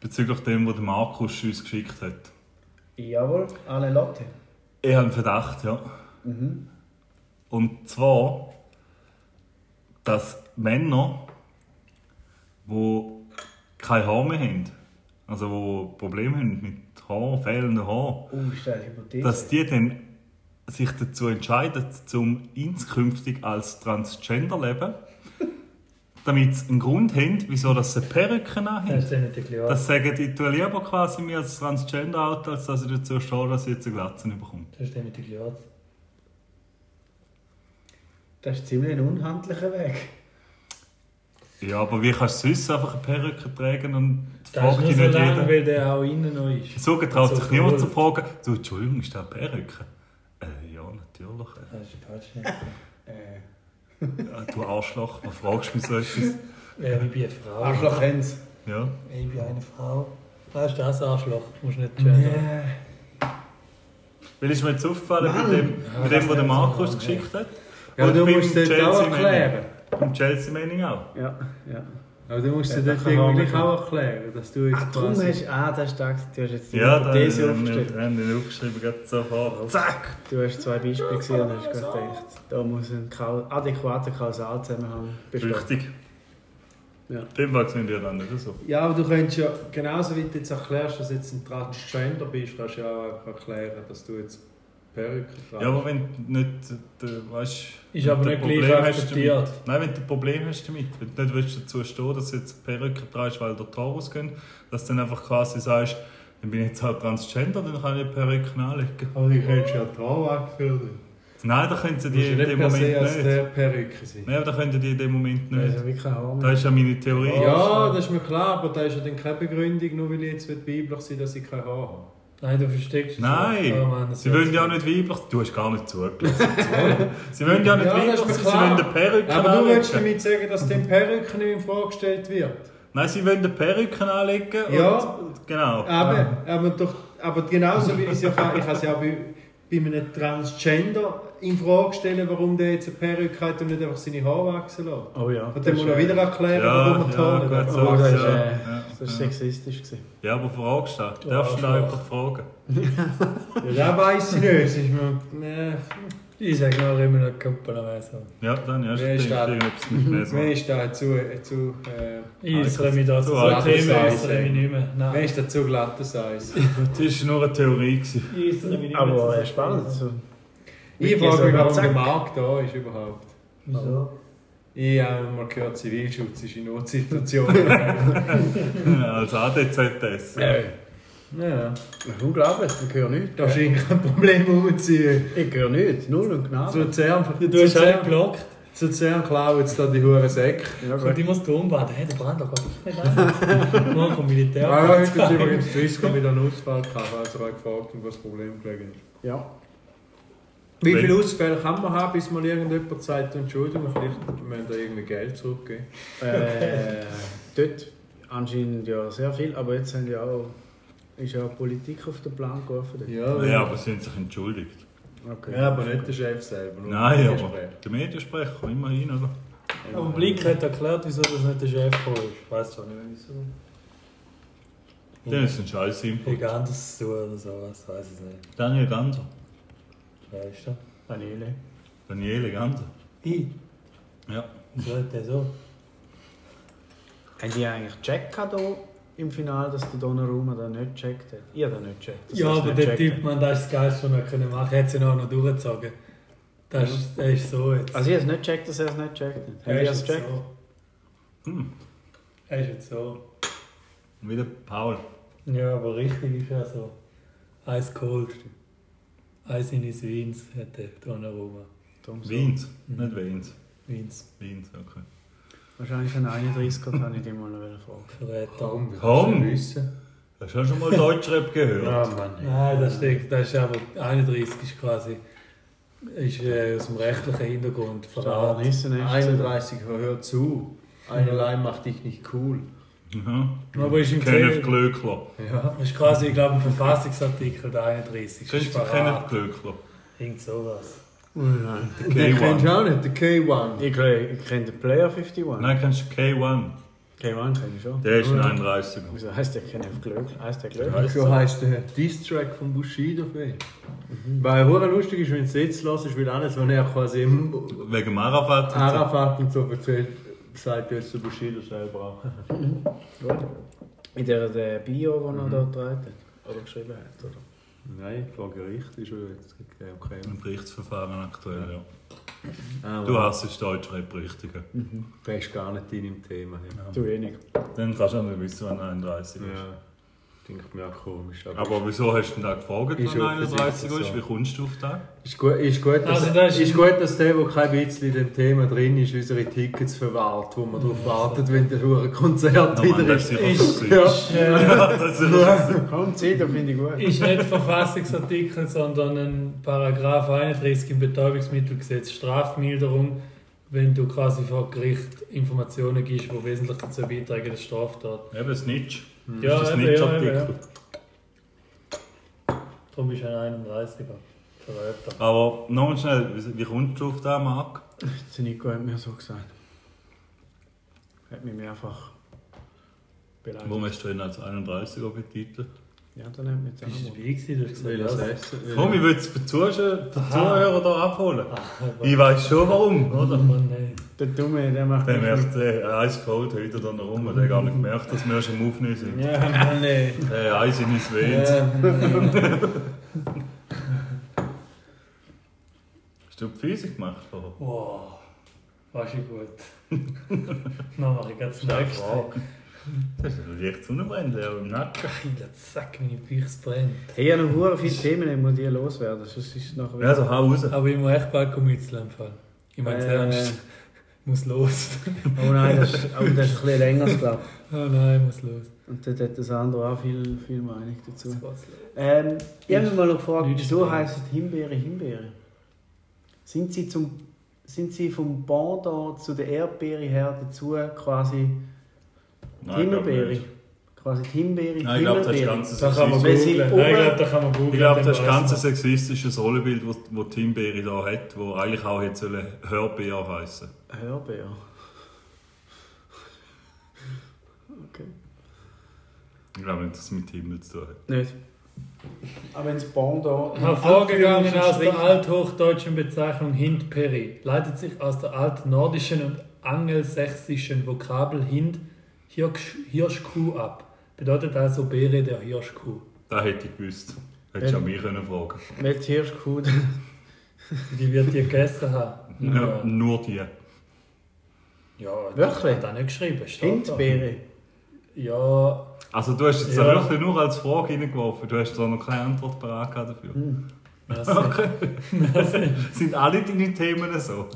Speaker 3: Bezüglich dem, was der Markus uns geschickt hat.
Speaker 2: Jawohl, alle Latte.
Speaker 3: Ich habe einen Verdacht, ja.
Speaker 4: Mhm.
Speaker 3: Und zwar, dass Männer, die kein Haar mehr haben, also die Probleme haben mit Haar, fehlendem Haar,
Speaker 2: Oh, ist das eine Hypothese?
Speaker 3: dass die dann sich dazu entscheiden, zum inskünftig als Transgender leben, damit sie einen Grund haben, wieso dass sie Perücken
Speaker 4: Das
Speaker 3: haben.
Speaker 4: ist dann nicht ein Giraffe.
Speaker 3: Das sagen die, ich tue lieber quasi mir als Transgender out, als dass ich dazu stehe, dass ich jetzt eine Glatze bekomme.
Speaker 4: Das ist der mit der Glatze.
Speaker 2: Das ist ziemlich ein unhandlicher Weg.
Speaker 3: Ja, aber wie kannst du sonst einfach eine Perücke tragen und
Speaker 4: Das
Speaker 3: fragt
Speaker 4: ist
Speaker 3: dich
Speaker 4: nur so
Speaker 3: nicht
Speaker 4: lang,
Speaker 3: jeder?
Speaker 4: weil der auch innen noch ist.
Speaker 3: So getraut
Speaker 4: so
Speaker 3: sich niemand zu
Speaker 4: cool.
Speaker 3: fragen, du, Entschuldigung, ist das eine Perücke? Äh, ja, natürlich.
Speaker 4: Das ist Quatsch.
Speaker 2: Äh,
Speaker 3: Äh, du Arschloch, was fragst du mich so etwas?
Speaker 4: Ja, ich bin eine Frau.
Speaker 2: Arschloch Hens.
Speaker 3: Ja.
Speaker 4: Ich bin eine Frau. Das ist das Arschloch. Du musst nicht gendern.
Speaker 2: Äh,
Speaker 3: Weil ist mir jetzt aufgefallen, bei dem, bei dem, was der Markus geschickt hat.
Speaker 5: Ja, aber
Speaker 3: Und
Speaker 5: du
Speaker 3: beim
Speaker 5: musst es dort auch
Speaker 3: Chelsea-Manning.
Speaker 5: erklären.
Speaker 3: Beim Chelsea Manning auch.
Speaker 6: Ja, ja.
Speaker 5: Aber du musst
Speaker 6: Ja,
Speaker 5: es
Speaker 6: da
Speaker 5: dort
Speaker 6: kann man
Speaker 5: eigentlich
Speaker 6: auch
Speaker 5: auch erklären, dass du
Speaker 6: Ach,
Speaker 5: jetzt
Speaker 6: darum
Speaker 5: quasi...
Speaker 6: hast du, ah, das ist der, du hast jetzt die
Speaker 3: Ja, da haben
Speaker 6: Hypothese
Speaker 3: wir-
Speaker 6: aufgestellt.
Speaker 3: wir haben ihn aufgeschrieben, gerade sofort. Zack!
Speaker 6: Du hast zwei Beispiele gesehen und hast gerade gedacht, da muss ein Kau- adäquater Kausalzusammenhang bestehen.
Speaker 3: Richtig.
Speaker 6: Ja.
Speaker 3: Dem wachsen wir dann nicht so.
Speaker 5: Ja, aber du könntest ja, genauso wie du jetzt erklärst, dass du jetzt ein Transgender bist, kannst du ja auch einfach erklären, dass du jetzt Perücke trägst.
Speaker 3: Ja, aber wenn du nicht, äh, weißt,
Speaker 4: Ist aber
Speaker 3: wenn du Problem
Speaker 4: nicht gleich
Speaker 3: hast
Speaker 4: akzeptiert.
Speaker 3: damit- Nein, wenn du ein Problem hast damit, wenn du nicht willst dazu stehen, dass du jetzt Perücke trägst, weil der Taurus geht, dass du dann einfach quasi sagst, dann bin ich jetzt halt Transgender, dann kann ich Perücke anlegen.
Speaker 5: Aber du könntest ja die Haare wegfüllen.
Speaker 3: Nein, da können sie
Speaker 5: Du
Speaker 3: die
Speaker 5: musst ja
Speaker 3: in
Speaker 5: nicht
Speaker 3: dem
Speaker 5: per
Speaker 3: Moment
Speaker 5: se als
Speaker 3: nicht.
Speaker 5: der Perücke sein.
Speaker 3: Nein, aber da können die in dem Moment
Speaker 6: Das
Speaker 4: Dus
Speaker 6: ist
Speaker 3: nicht.
Speaker 6: ja wirklich ein Hormon.
Speaker 3: Das ist ja meine Theorie.
Speaker 5: Ja, das ist mir klar, aber da ist ja dann keine Begründung, nur weil ich jetzt weiblich sein will, dass ich kein Haar habe.
Speaker 4: Nein, du versteckst es.
Speaker 3: Nein,
Speaker 4: Oh Mann, das
Speaker 3: sie
Speaker 4: ist-
Speaker 3: wollen ja auch nicht weiblich. Du hast gar nicht zugelassen. sie wollen ja nicht
Speaker 5: Ja, das ist
Speaker 3: weiblich
Speaker 5: mir
Speaker 3: sein, sie
Speaker 5: klar.
Speaker 3: wollen eine Perücke
Speaker 5: Aber du
Speaker 3: anlegen.
Speaker 5: willst damit sagen, dass dem Perücke nicht in Frage gestellt wird.
Speaker 3: Nein, sie wollen eine Perücke anlegen.
Speaker 5: Ja. Ah,
Speaker 3: Und, genau.
Speaker 5: Aber, aber, doch, aber genauso wie ich es ja kann, ich kann es ja auch bei, bei einem Transgender in Frage stellen, warum der jetzt eine Perücke hat und nicht einfach seine Haare wachsen lässt.
Speaker 6: Oh ja.
Speaker 5: Und dann muss er wieder erklären,
Speaker 3: Ja,
Speaker 5: warum er die
Speaker 3: ja,
Speaker 5: Haare
Speaker 3: gut
Speaker 5: nicht
Speaker 3: so.
Speaker 6: Oh, das ist,
Speaker 3: Ja,
Speaker 6: äh,
Speaker 3: ja,
Speaker 6: das ist
Speaker 3: ja.
Speaker 6: sexistisch gewesen.
Speaker 3: Ja, aber fragst du
Speaker 4: Du
Speaker 3: da? Darfst du da
Speaker 4: Arschloch.
Speaker 3: jemanden fragen?
Speaker 5: Ja, das weiss ich nicht. Es ist mir, nee,
Speaker 4: Ich sage noch immer noch Kuppel am Essen.
Speaker 3: Ja, dann ja,
Speaker 5: Wer ist
Speaker 3: stimmt, ich hab's nicht mehr so.
Speaker 5: mir ist da zu, zu, äh,
Speaker 4: Ich äußere mich da zu
Speaker 3: Du
Speaker 4: so
Speaker 3: alter
Speaker 4: Themen,
Speaker 5: Sau.
Speaker 4: äußere mich nicht mehr.
Speaker 5: mir
Speaker 4: Nein.
Speaker 5: ist da zu glattes Eis.
Speaker 3: Das war nur eine Theorie. gewesen.
Speaker 4: Ich äußere mich nicht mehr.
Speaker 6: Aber äh,
Speaker 4: zu-
Speaker 6: spannend. So.
Speaker 5: Ich
Speaker 6: Wirklich
Speaker 5: frage mich,
Speaker 6: sogar
Speaker 5: warum der
Speaker 6: zack.
Speaker 5: Markt da ist überhaupt.
Speaker 4: Wieso?
Speaker 5: Ich habe mal gehört, Zivilschutz ist in Notsituationen.
Speaker 3: Als ADZS.
Speaker 5: ja.
Speaker 7: Unglaublich, ich höre nichts.
Speaker 5: Da ist eigentlich kein Problem rumziehen.
Speaker 7: Ich höre nichts, null und
Speaker 5: Zu
Speaker 7: Gnade.
Speaker 5: Luzern,
Speaker 4: Du hast
Speaker 5: Luzern-
Speaker 4: auch geblockt.
Speaker 5: zu Luzern klauen jetzt da die Huren Säcke.
Speaker 2: Ja,
Speaker 4: Kommt
Speaker 2: gut.
Speaker 4: immer das Turmbad. Hey, der Brand, da kann ich nicht rein. Nur vom Militär.
Speaker 5: Ja, ja, heute ist übrigens Swisscom wieder einen Ausfall gehabt, also er hat gefragt, wo das Problem gelegen ist.
Speaker 2: Ja.
Speaker 5: Wie
Speaker 3: Wenn-
Speaker 5: viele Ausfälle kann man haben, bis mal irgendjemand sagt, Entschuldigung, vielleicht müssen wir irgendwie Geld zurückgeben?
Speaker 2: Äh, dort anscheinend ja sehr viel, aber jetzt haben ja auch, ist ja auch Politik auf den Plan geworfen. dort.
Speaker 5: Ja,
Speaker 3: Ja, aber sie haben sich entschuldigt.
Speaker 2: Okay.
Speaker 5: ja, aber nicht der Chef selber. nur
Speaker 3: Nein,
Speaker 5: der
Speaker 3: aber
Speaker 5: Gespräch.
Speaker 3: der Mediensprecher, immerhin, oder?
Speaker 4: Aber Blick hat erklärt, wieso das nicht der Chef gekommen ist. Weißt du auch nicht wieso.
Speaker 3: Dann ist ein scheiß Input.
Speaker 4: Irgend anders zu tun oder sowas, weiß ich nicht.
Speaker 3: Daniel Ganser.
Speaker 4: Wer ist da?
Speaker 2: Daniele.
Speaker 3: Daniele Ganser.
Speaker 4: Ich.
Speaker 3: Ja.
Speaker 4: Wieso hat der so?
Speaker 2: Haben die eigentlich gecheckt da im Finale, dass der Donnarumma da nicht gecheckt hat? Ihr da nicht gecheckt. dass
Speaker 4: ja,
Speaker 2: er's
Speaker 4: aber
Speaker 2: nicht
Speaker 4: der
Speaker 2: gecheckt
Speaker 4: Typ,
Speaker 2: hat.
Speaker 4: man, das ist das Geilste, was er können machen konnte. Er hat es ja auch noch durchgezogen. Das ist, der ist so jetzt.
Speaker 2: Also ich habe es nicht gecheckt, dass er es nicht gecheckt hat. Haben
Speaker 4: er
Speaker 2: die
Speaker 4: ist
Speaker 2: es
Speaker 4: jetzt
Speaker 2: gecheckt?
Speaker 4: so.
Speaker 3: Hm.
Speaker 4: Er ist jetzt so.
Speaker 3: Wie der Paul.
Speaker 4: Ja, aber richtig ist er so. Eis cold. Eis in his Wins hat der Donnarumma.
Speaker 2: Darum so.
Speaker 3: Wiens.
Speaker 4: Mhm.
Speaker 3: Nicht Wiens.
Speaker 4: Wins.
Speaker 3: Wiens, okay.
Speaker 2: Wahrscheinlich ein 31er kann ich dich mal noch fragen.
Speaker 4: Verräter.
Speaker 5: Komm, wir
Speaker 3: Komm.
Speaker 5: können es ja wissen.
Speaker 3: Hast du schon mal Deutschrap gehört?
Speaker 5: Ah, Mann.
Speaker 4: Nein, das stimmt. Das ist aber 31 ist quasi ist, äh, aus dem rechtlichen Hintergrund
Speaker 2: Aber
Speaker 4: verraten.
Speaker 2: Nissen ist
Speaker 5: 31, hör zu. Eine Line macht dich nicht cool.
Speaker 3: Mhm.
Speaker 4: Aber ist im
Speaker 3: Kenneth
Speaker 4: Zell-
Speaker 3: Glöckler.
Speaker 5: Ja.
Speaker 4: Das ist quasi, ich glaube, ein Verfassungsartikel, der 31. Das ist
Speaker 3: Kennst du Kenneth
Speaker 4: verraten.
Speaker 3: Glöckler?
Speaker 4: Irgend sowas.
Speaker 2: Nein.
Speaker 5: Den kennst du auch nicht, den K1.
Speaker 2: Ich kenne ich kenn den Player 51.
Speaker 3: Nein, kennst du K1?
Speaker 2: K1 kenne ich schon.
Speaker 3: Der ist ein 31er.
Speaker 2: Wieso heißt der Kenneth Glöckler? Heißt der Glöckler?
Speaker 3: Heißt
Speaker 5: So heisst der Diss-Track von Bushido. Mhm. Weil hure lustig ist, wenn du es jetzt hörst, weil alles, was er quasi im
Speaker 3: Wegen Marafat. und so.
Speaker 5: Arafat und so erzählt, sagt jetzt der Bushido selber auch.
Speaker 2: Gut. In der, der Bio, die er da getragen hat. Oder geschrieben hat. Oder?
Speaker 5: Nein, vor Gericht ist er jetzt gegeben. Okay.
Speaker 3: Im Gerichtsverfahren aktuell, ja.
Speaker 5: Ah,
Speaker 3: Du hast es Deutschrap richtig.
Speaker 2: Mhm.
Speaker 5: Du bist gar nicht in im Thema. Ja.
Speaker 2: Zu wenig.
Speaker 3: Dann kannst du auch nicht wissen, wann 31 ist.
Speaker 5: ja. Denkt mir auch komisch. Aber,
Speaker 3: Aber wieso hast du denn da gefragt,
Speaker 5: Ist
Speaker 3: wann
Speaker 5: offensichtlich
Speaker 3: 31 ist?
Speaker 5: so.
Speaker 3: Wie kommst du auf das?
Speaker 5: ist gut, ist gut, dass,
Speaker 4: Also das ist-
Speaker 5: ist gut dass der, der kein bisschen in dem Thema drin ist, unsere Tickets verwahrt, wo man darauf wartet, wenn der hure Konzert
Speaker 3: Ja, Mann,
Speaker 5: wieder
Speaker 3: das
Speaker 5: ist.
Speaker 3: ist sicher
Speaker 5: Ja.
Speaker 4: Ist, äh,
Speaker 3: Das ist ja.
Speaker 2: Komm, zieh, da finde ich gut.
Speaker 4: ist nicht Verfassungsartikel, sondern ein Paragraph 31 im Betäubungsmittelgesetz Strafmilderung, wenn du quasi vor Gericht Informationen gibst, die wesentlich dazu beitragen, dass Straftat.
Speaker 3: Eben Snitch.
Speaker 4: Ja,
Speaker 3: Hm, ist das
Speaker 4: eben,
Speaker 3: Snitch
Speaker 4: ja, eben,
Speaker 3: Artikel.
Speaker 4: Darum bist du ein 31er. Verräter.
Speaker 3: Aber nochmal schnell, wie- wie kommst du auf das, Marc?
Speaker 2: Der Nico hat mir so gesagt. Hat mich mehrfach
Speaker 3: Wo
Speaker 2: beleidigt.
Speaker 3: hast du ihn als 31er betitelt?
Speaker 2: Ja, dann hat mich der
Speaker 4: Bist du dabei
Speaker 2: Hammer.
Speaker 4: gewesen? Du hast
Speaker 5: Will
Speaker 4: gesagt,
Speaker 5: er's
Speaker 4: was?
Speaker 5: essen?
Speaker 3: Komm, ich will es den Zuschauer- den Zuhörer hier abholen.
Speaker 4: Ah,
Speaker 3: Ich weiß schon warum,
Speaker 4: Oder?
Speaker 3: oder?
Speaker 4: Oh, nein.
Speaker 2: Der Dumme, der macht
Speaker 3: Der
Speaker 2: mich
Speaker 3: merkt, der Eis kalt heute da noch rum, der hat gar nicht gemerkt, dass wir schon am Aufnehmen sind.
Speaker 2: Ja, Mann, ey.
Speaker 3: Der Eis Äh, in ins Wehen. Hast du die Physik gemacht vorher?
Speaker 4: Wow. War schon gut. Dann mache ich ganz
Speaker 3: Das ist
Speaker 4: nächste.
Speaker 3: eine Frage. Das ist leicht sonnenbrennt, ja, im Nacken.
Speaker 4: Geil, zack, meine Büchse brennt.
Speaker 2: Hey, ich habe noch verdammt viele Themen, ich muss die loswerden, sonst ist es nachher
Speaker 3: Ja, so hau raus.
Speaker 4: Aber ich muss echt bald Mützel empfehlen. Ich meine es
Speaker 2: Äh.
Speaker 4: ernst. muss los.
Speaker 2: Oh nein, das ist, aber das ist ein bisschen länger, glaube ich.
Speaker 4: oh nein, muss los.
Speaker 2: Und dort hat der Sandro auch viel, viel Meinung dazu.
Speaker 4: Jetzt geht's los.
Speaker 2: Ähm, ich habe mich mal noch gefragt,
Speaker 4: Nicht
Speaker 2: wieso
Speaker 4: spannend.
Speaker 2: heissen Himbeere Himbeere? Sind sie, zum, sind sie vom Bond da zu der Erdbeere her dazu quasi die
Speaker 3: Nein, ich glaub
Speaker 2: Himbeere?
Speaker 3: nicht.
Speaker 2: Quasi die Himbeere,
Speaker 3: Nein, ich glaube, das ist
Speaker 2: Himmelbeere.
Speaker 3: ganz
Speaker 4: Da kann man
Speaker 2: Wenn sie
Speaker 4: googeln.
Speaker 2: oben-
Speaker 4: Nein, ich glaube, da kann man googeln.
Speaker 3: Ich glaube, das ist
Speaker 4: Dann
Speaker 3: ein ganz
Speaker 4: weiß man.
Speaker 3: sexistisches Rollenbild, das wo Tim Berry da hat, wo eigentlich auch hätte sollen Hörbier heissen
Speaker 2: Hörbeer. Okay.
Speaker 3: Ich glaube nicht, dass es mit Himmel zu tun hat.
Speaker 2: Nicht. Aber wenn das Bond da...
Speaker 4: Hervorgegangen Ah, aus der althochdeutschen Bezeichnung Hindperi, leitet sich aus der altnordischen und angelsächsischen Vokabel Hind Hirsch, Hirschkuh ab. Bedeutet also Beere der Hirschkuh.
Speaker 3: Das hätte ich gewusst. Hättest du auch mich können fragen
Speaker 2: Welche Hirschkuh?
Speaker 4: Die wird die gegessen haben.
Speaker 3: können. Ja, nur die.
Speaker 4: Ja,
Speaker 2: Wirklich?
Speaker 4: Hat er nicht geschrieben. steht da.
Speaker 2: Hindbeere.
Speaker 4: Ja,
Speaker 3: Also du hast jetzt
Speaker 4: Ja.
Speaker 3: wirklich nur als Frage reingeworfen, du hast da noch keine Antwort parat gehabt dafür.
Speaker 4: merci.
Speaker 3: Okay. Sind alle deine Themen so?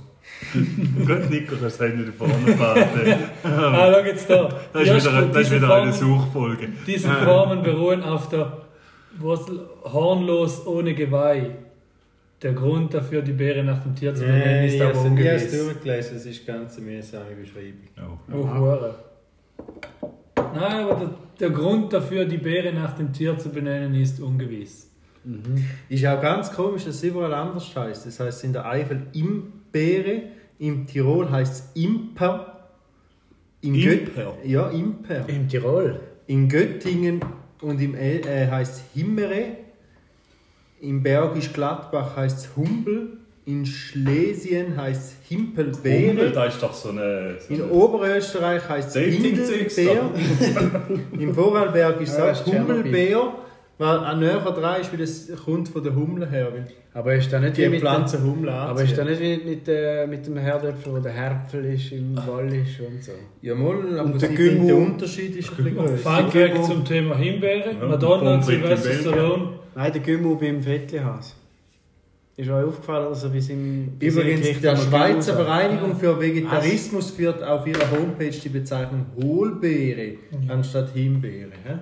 Speaker 3: Gut, Nico, das haben wir vorne behalten.
Speaker 4: Ah, schau jetzt da.
Speaker 3: Das ist wieder, das ist wieder eine Suchfolge.
Speaker 4: Diese Formen beruhen auf der Wurzel hornlos ohne Geweih. Der Grund dafür, die Beere nach dem Tier zu benennen, ist aber
Speaker 5: es
Speaker 4: ungewiss.
Speaker 5: Äh, durchgelesen, es ist ganz eine mühsame Beschreibung.
Speaker 3: Ja.
Speaker 4: Oh, Hure. Nein, aber der, der Grund dafür, die Beere nach dem Tier zu benennen, ist ungewiss.
Speaker 5: Ist auch ganz komisch, dass es überall anders heißt. Das heißt in der Eifel Imbere, im Tirol heißt es Imper, im
Speaker 3: Imper?
Speaker 5: Göt- ja, Imper.
Speaker 2: Im Tirol.
Speaker 5: In Göttingen und im El äh, heißt es Himmere, im Bergisch Gladbach heißt es Humbel, in Schlesien heißt es
Speaker 3: Hummel,
Speaker 5: Himpelbeere,
Speaker 3: da ist doch so eine... So
Speaker 5: in
Speaker 3: eine
Speaker 5: Oberösterreich heißt es
Speaker 3: Dating-Zeugs da.
Speaker 5: Hindelbeer, im Vorarlberg ist es
Speaker 2: Ja,
Speaker 5: auch
Speaker 2: das ist Tschernobyl.
Speaker 5: Hummelbeer, weil ein näher dran ist, weil das kommt von der Hummel her. weil
Speaker 2: Aber ist da nicht wie
Speaker 5: Die
Speaker 2: mit
Speaker 5: Pflanzen Hummel
Speaker 2: Dem, aber ist da
Speaker 5: anziehen.
Speaker 2: nicht wie mit, äh, mit dem Herdöpfel, wo der Herpfel ist, im Wallisch und so?
Speaker 5: Jawohl, aber
Speaker 6: Und
Speaker 5: sie
Speaker 6: der
Speaker 5: finden, der
Speaker 6: Gümmel.
Speaker 5: Unterschied ist ein bisschen größer.
Speaker 4: Fun Fact zum Thema Himbeere.
Speaker 3: Ja,
Speaker 4: Madonna,
Speaker 3: Pommes frites in
Speaker 4: Sylvester
Speaker 3: Belgien.
Speaker 4: Stallone.
Speaker 6: Nein, der Gümmel beim Fettlihaus. Ist euch aufgefallen, dass er bei seinem... bei seinem
Speaker 5: Übrigens,
Speaker 6: Gericht
Speaker 5: der
Speaker 6: immer Gümmel
Speaker 5: Schweizer
Speaker 6: sagt?
Speaker 5: Vereinigung für Vegetarismus führt auf ihrer Homepage die Bezeichnung Hohlbeere anstatt Himbeere. hä?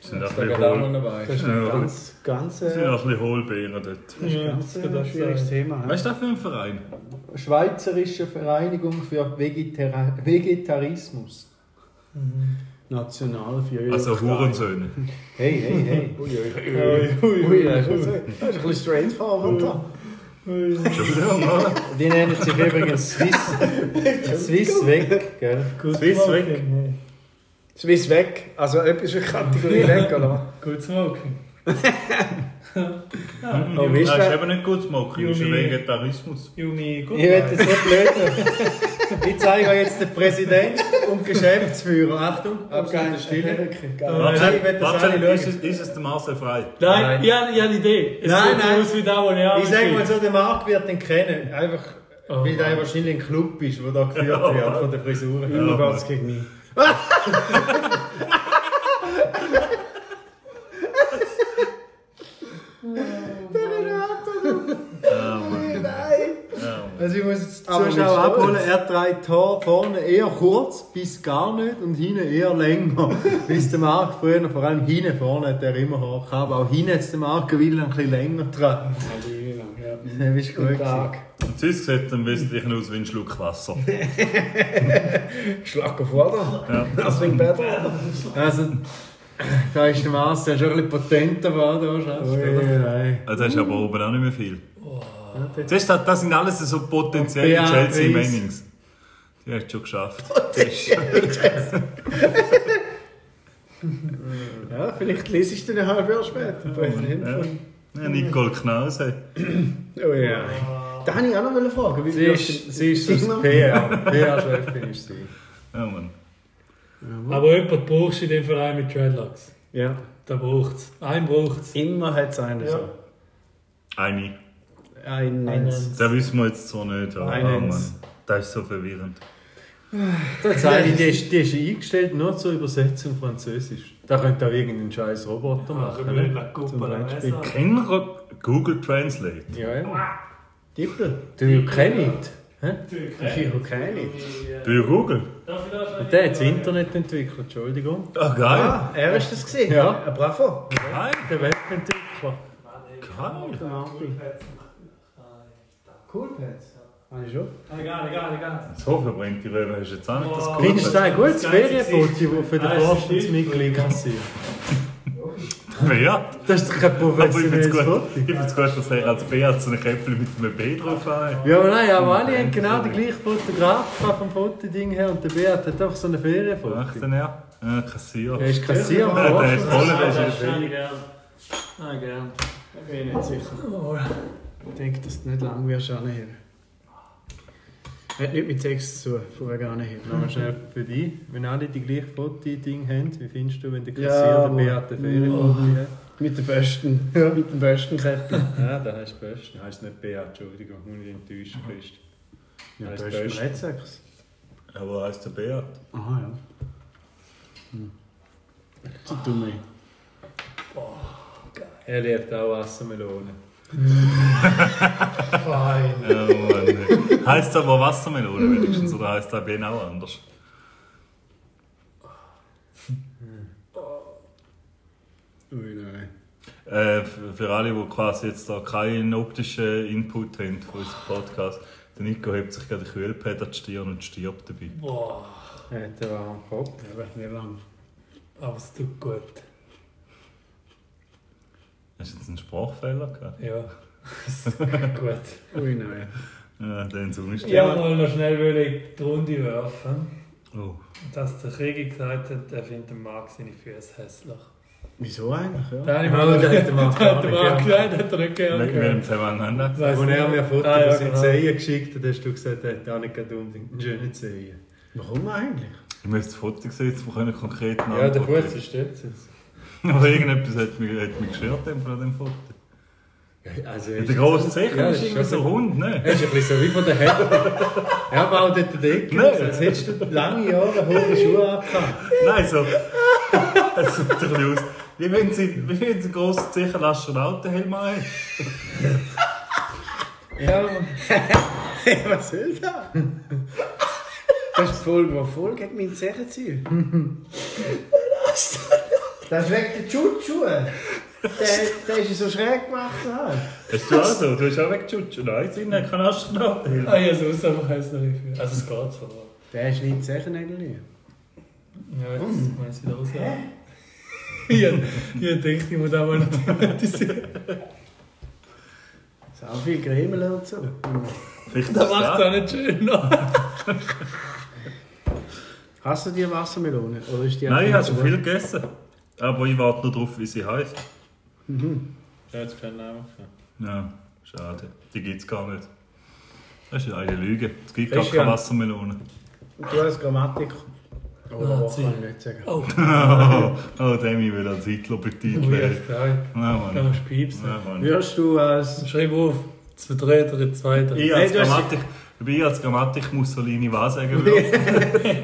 Speaker 3: sind auch
Speaker 5: Das
Speaker 3: ein
Speaker 5: geht
Speaker 3: bisschen
Speaker 5: auch noch
Speaker 3: Hohl-
Speaker 5: dabei.
Speaker 6: Das ist
Speaker 3: Ja,
Speaker 6: ein
Speaker 3: gut.
Speaker 6: ganz, ganz,
Speaker 3: sind
Speaker 6: äh,
Speaker 3: auch ein bisschen Hohlbeeren dort.
Speaker 6: das ist ein
Speaker 4: Ja,
Speaker 6: ganz
Speaker 4: das kann
Speaker 6: äh,
Speaker 4: das
Speaker 6: schwieriges
Speaker 4: sein.
Speaker 6: Thema.
Speaker 3: Was ist das für ein Verein?
Speaker 5: Schweizerische Vereinigung für Vegetera Vegetarismus.
Speaker 6: National für
Speaker 3: Also Hurensöhne.
Speaker 5: Hey, hey, hey.
Speaker 6: Ui, das ist ein bisschen strange vorhanden.
Speaker 5: Die nennen sich übrigens Swiss, Swiss weg. Gell?
Speaker 4: Gut
Speaker 6: Swiss
Speaker 4: smoking,
Speaker 6: weg.
Speaker 4: hey.
Speaker 2: Swiss weg. Also etwas für die Kategorie weg, oder was?
Speaker 4: Good smoking.
Speaker 3: Oh,
Speaker 2: wie ist
Speaker 3: das ist
Speaker 2: der-
Speaker 3: eben nicht gut zu machen, das ist ein
Speaker 4: Juni.
Speaker 3: Vegetarismus.
Speaker 4: Yumi, good
Speaker 5: Ich werde das
Speaker 4: life.
Speaker 5: nicht blöd. Ich zeige euch jetzt den Präsident und Geschäftsführer. Achtung, absolute Stille.
Speaker 3: Warte,
Speaker 5: Nein, ich will das
Speaker 3: warte,
Speaker 5: alle
Speaker 3: ist, es, ist es der Marcel frei?
Speaker 4: Nein, ich habe eine Idee. Es
Speaker 5: Nein,
Speaker 4: sieht so
Speaker 5: nein.
Speaker 4: aus wie da, wo ich
Speaker 5: Ich sage mal
Speaker 4: angeschrieben
Speaker 5: so, der Marc wird den kennen. Einfach,
Speaker 4: Oh
Speaker 5: weil der
Speaker 4: Mann.
Speaker 5: wahrscheinlich ein Club ist, der da geführt wird von der Frisur.
Speaker 6: Immer geht es gegen mich.
Speaker 5: Also ich muss jetzt die
Speaker 6: Aber
Speaker 5: Zuschauer
Speaker 6: wie
Speaker 5: abholen,
Speaker 6: stolz.
Speaker 5: er trägt die Haare vorne eher kurz bis gar nicht und hinten eher länger. Wie es der Marc früher, vor allem hinten vorne hat er immer Haare gehabt, aber auch hinten hat es der Marc will ein bisschen länger getragen. Das ist gut.
Speaker 2: Guten
Speaker 5: gewesen.
Speaker 2: Tag.
Speaker 3: Und sonst sieht es im Wesentlichen aus wie ein Schluck Wasser.
Speaker 2: Schlag auf Vorder.
Speaker 3: Ja.
Speaker 2: Das klingt besser.
Speaker 5: Also, da ist der Marcel schon ein bisschen potenter geworden, wahrscheinlich.
Speaker 6: Nein.
Speaker 3: Also hast du aber oben auch nicht mehr viel. Siehst du, das sind alles so potenzielle
Speaker 5: Ja,
Speaker 3: Chelsea
Speaker 5: weiss.
Speaker 3: Mannings. Die hast du schon geschafft.
Speaker 2: Ja, vielleicht lese ich den ein halbes Jahr später.
Speaker 3: Ja. Ja, Nicole Knause.
Speaker 2: Oh ja. Da wollte ich auch noch eine Frage. Wie
Speaker 5: Sie ist, sie ist so das PR. PR-Chefin ist sie.
Speaker 3: Ja, Mann.
Speaker 4: habe. Aber jemand brauchst du in dem Verein mit Dreadlocks.
Speaker 6: Ja.
Speaker 4: Da braucht's. Einen braucht's.
Speaker 6: Immer hat es einen so.
Speaker 3: Eine.
Speaker 6: Einen.
Speaker 3: Das wissen wir jetzt zwar nicht. Aber,
Speaker 6: Nein,
Speaker 3: oh,
Speaker 6: nein.
Speaker 3: Mann. Das ist so verwirrend.
Speaker 5: Das eine, die, ist, die ist eingestellt nur zur Übersetzung Französisch. Da könnte auch irgendein scheiß Roboter
Speaker 4: also
Speaker 5: machen. ne?
Speaker 3: Kein Ro- Google Translate.
Speaker 5: Ja, ja. Tippel. Du kennst ihn.
Speaker 2: Ich okay nicht.
Speaker 3: Du ja Google?
Speaker 5: Und der hat das Internet entwickelt, Entschuldigung.
Speaker 3: Ah, geil.
Speaker 2: Ah, er ist das gesehen.
Speaker 5: Ja.
Speaker 2: Ein Bravo.
Speaker 3: Geil.
Speaker 5: Der Webentwickler.
Speaker 3: Geil.
Speaker 2: Cool, Pets. Habe ich schon.
Speaker 4: Egal, egal, egal.
Speaker 3: So verbrennt die Röhre hast du jetzt auch nicht das
Speaker 4: Wow.
Speaker 3: Google.
Speaker 5: Findest du ein gutes
Speaker 4: Das ganze
Speaker 5: Ferienfoto das für den
Speaker 4: Ah, es ist
Speaker 5: Forschungsmitglied?
Speaker 3: Wer?
Speaker 5: Das ist doch kein
Speaker 3: Aber ich find's
Speaker 5: professionelles
Speaker 3: gut,
Speaker 5: Foto.
Speaker 3: ich find's gut, dass er als B hat so einen Käppchen mit einem B drauf hat.
Speaker 5: Ja, aber nein, aber alle haben genau den gleichen Fotograf gehabt vom Fotoding her und der Beat hat doch so eine
Speaker 3: Macht
Speaker 5: Ferienfoto.
Speaker 3: denn er? Ja, Kassier.
Speaker 5: Er
Speaker 3: Ja,
Speaker 5: ist Kassierer.
Speaker 3: der hat
Speaker 5: Forschungs-
Speaker 3: Rolle,
Speaker 4: Das
Speaker 3: der ist
Speaker 4: ist schon gern. Ah, gern.
Speaker 6: Da bin ich nicht sicher.
Speaker 4: Oh,
Speaker 6: Ich denke, dass du nicht lange wirst anheben. Hat nichts mit Sex zu tun, von wegen anheben.
Speaker 5: Nochmal schnell für dich. Wenn alle die gleichen Fotoding haben, wie findest du, wenn der
Speaker 6: Ja,
Speaker 5: Kassierer
Speaker 6: aber-
Speaker 5: der Beat ein Ferienfoto hat?
Speaker 6: Mit dem besten, mit dem besten Käppchen.
Speaker 5: Ja, da heißt Mhm. Bösten. Heißt nicht Beat, Entschuldigung, muss ich enttäuschen. Christ.
Speaker 6: Ja,
Speaker 5: Als
Speaker 6: besten
Speaker 5: Besten.
Speaker 6: hat Sex.
Speaker 3: Aber er heisst der Beat.
Speaker 6: Aha, ja. Hm. So dumm, ey.
Speaker 5: Er liebt auch Wassermelonen.
Speaker 4: Fein.
Speaker 3: Ja, Mann, ey. heisst aber Wassermelone wenigstens oder heisst er genau anders?
Speaker 6: Ui, nein.
Speaker 3: Äh, f- für alle, die quasi jetzt da keinen optischen Input haben von unserem Podcast, der Nico hebt sich gerade die Kühlpad an die Stirn und stirbt dabei.
Speaker 4: Boah,
Speaker 2: Er hat einen warmen Kopf.
Speaker 6: Der wird nicht lang.
Speaker 4: aber es tut gut.
Speaker 3: Hast du jetzt einen Sprachfehler gehabt?
Speaker 4: Ja, es tut gut.
Speaker 6: Ui, nein.
Speaker 3: Ja, den Song ist
Speaker 4: Ich wollte mal noch schnell wollte die Runde werfen,
Speaker 3: Oh.
Speaker 4: dass der Krieg gesagt hat, er findet den Marc seine Füße hässlich.
Speaker 6: Wieso eigentlich? Ja.
Speaker 4: Da habe ich
Speaker 5: Ja,
Speaker 4: mal
Speaker 5: das hat der Marc gar
Speaker 4: hat der
Speaker 5: nicht
Speaker 4: Marc
Speaker 5: gern.
Speaker 4: gesagt, hat er nicht gern
Speaker 3: Mit mit dem
Speaker 4: gehört.
Speaker 3: Zusammenhang auch gesagt.
Speaker 4: Weiss
Speaker 5: Als er
Speaker 4: nicht.
Speaker 5: mir ein Foto
Speaker 4: Ah,
Speaker 5: von
Speaker 4: ja,
Speaker 5: seinen
Speaker 4: genau.
Speaker 5: Zehen geschickt hat, hast du gesagt, er hat auch nicht gerade unbedingt einen schönen Zehen.
Speaker 6: Warum eigentlich?
Speaker 3: Ich müsste das Foto sehen, jetzt wir können konkret
Speaker 5: Ja, der
Speaker 3: Antwort
Speaker 5: Fuß stimmt es.
Speaker 3: geben. Aber irgendetwas hat mich, hat mich gestört eben von dem Foto.
Speaker 5: Also,
Speaker 3: Ja, der große Zecher
Speaker 5: Ja,
Speaker 3: ist
Speaker 5: ist
Speaker 3: irgendwie
Speaker 5: schon
Speaker 3: so
Speaker 5: so.
Speaker 3: rund, ne?
Speaker 5: Er ist ein bisschen so wie von der Hände. ja, aber auch dort der Decke.
Speaker 3: Nein.
Speaker 5: Als hättest du lange Jahre hohe Schuhe angehabt.
Speaker 3: Nein, so. Es sieht ein bisschen aus. Wie wenn sie, wie wenn sie einen grossen Zecher einen Astronautenhelm haben.
Speaker 2: Ja,
Speaker 6: Was soll das?
Speaker 2: das ist voll, war voll gegen mein Zechenziel.
Speaker 6: Das ist wegen der Schutzschuhe. Der, der ist so schräg gemacht. Halt.
Speaker 3: Hast du auch so? Du hast auch weggeschutzt. Nein, sie haben keinen Astronautenhelm.
Speaker 4: Ah ja, so ist es einfach hässliche Füße. Also es geht so. aber-
Speaker 2: Der ist nicht Zechennägel.
Speaker 4: Ja, jetzt muss ich es wieder rauslassen. Ich dachte, ich muss auch mal noch thematisieren.
Speaker 2: So viel Cremel und so.
Speaker 3: Vielleicht
Speaker 4: Das
Speaker 3: das
Speaker 4: macht es auch nicht ne? schöner.
Speaker 2: Hast du die Wassermelone? Oder ist die
Speaker 3: Nein, ich
Speaker 2: einfach
Speaker 3: habe schon
Speaker 2: gut?
Speaker 3: viel gegessen. Aber ich warte noch drauf, wie sie heißt.
Speaker 5: Er hat keinen Namen gehabt.
Speaker 3: Ja, schade. Die gibt es gar nicht. Das ist ja eine Lüge. Es gibt gar
Speaker 5: Christian.
Speaker 3: keine Wassermelone.
Speaker 2: Und Du als Grammatik. Oder
Speaker 4: Ah,
Speaker 2: was
Speaker 4: Ziel.
Speaker 2: kann ich nicht sagen?
Speaker 4: Oh,
Speaker 3: Oh, oh Demi will als Hitler betitelt
Speaker 4: Ui,
Speaker 3: werden.
Speaker 4: jetzt gleich.
Speaker 3: Nein,
Speaker 4: Da
Speaker 3: Mann.
Speaker 4: musst du piepsen.
Speaker 3: Nein, Mann.
Speaker 2: Würdest du als.
Speaker 4: Schreib auf, zwei, drei, drei, zwei, drei.
Speaker 3: Ich als
Speaker 2: Nein, du hast-
Speaker 3: Grammatik, ob ich als Grammatik Mussolini was sagen würde,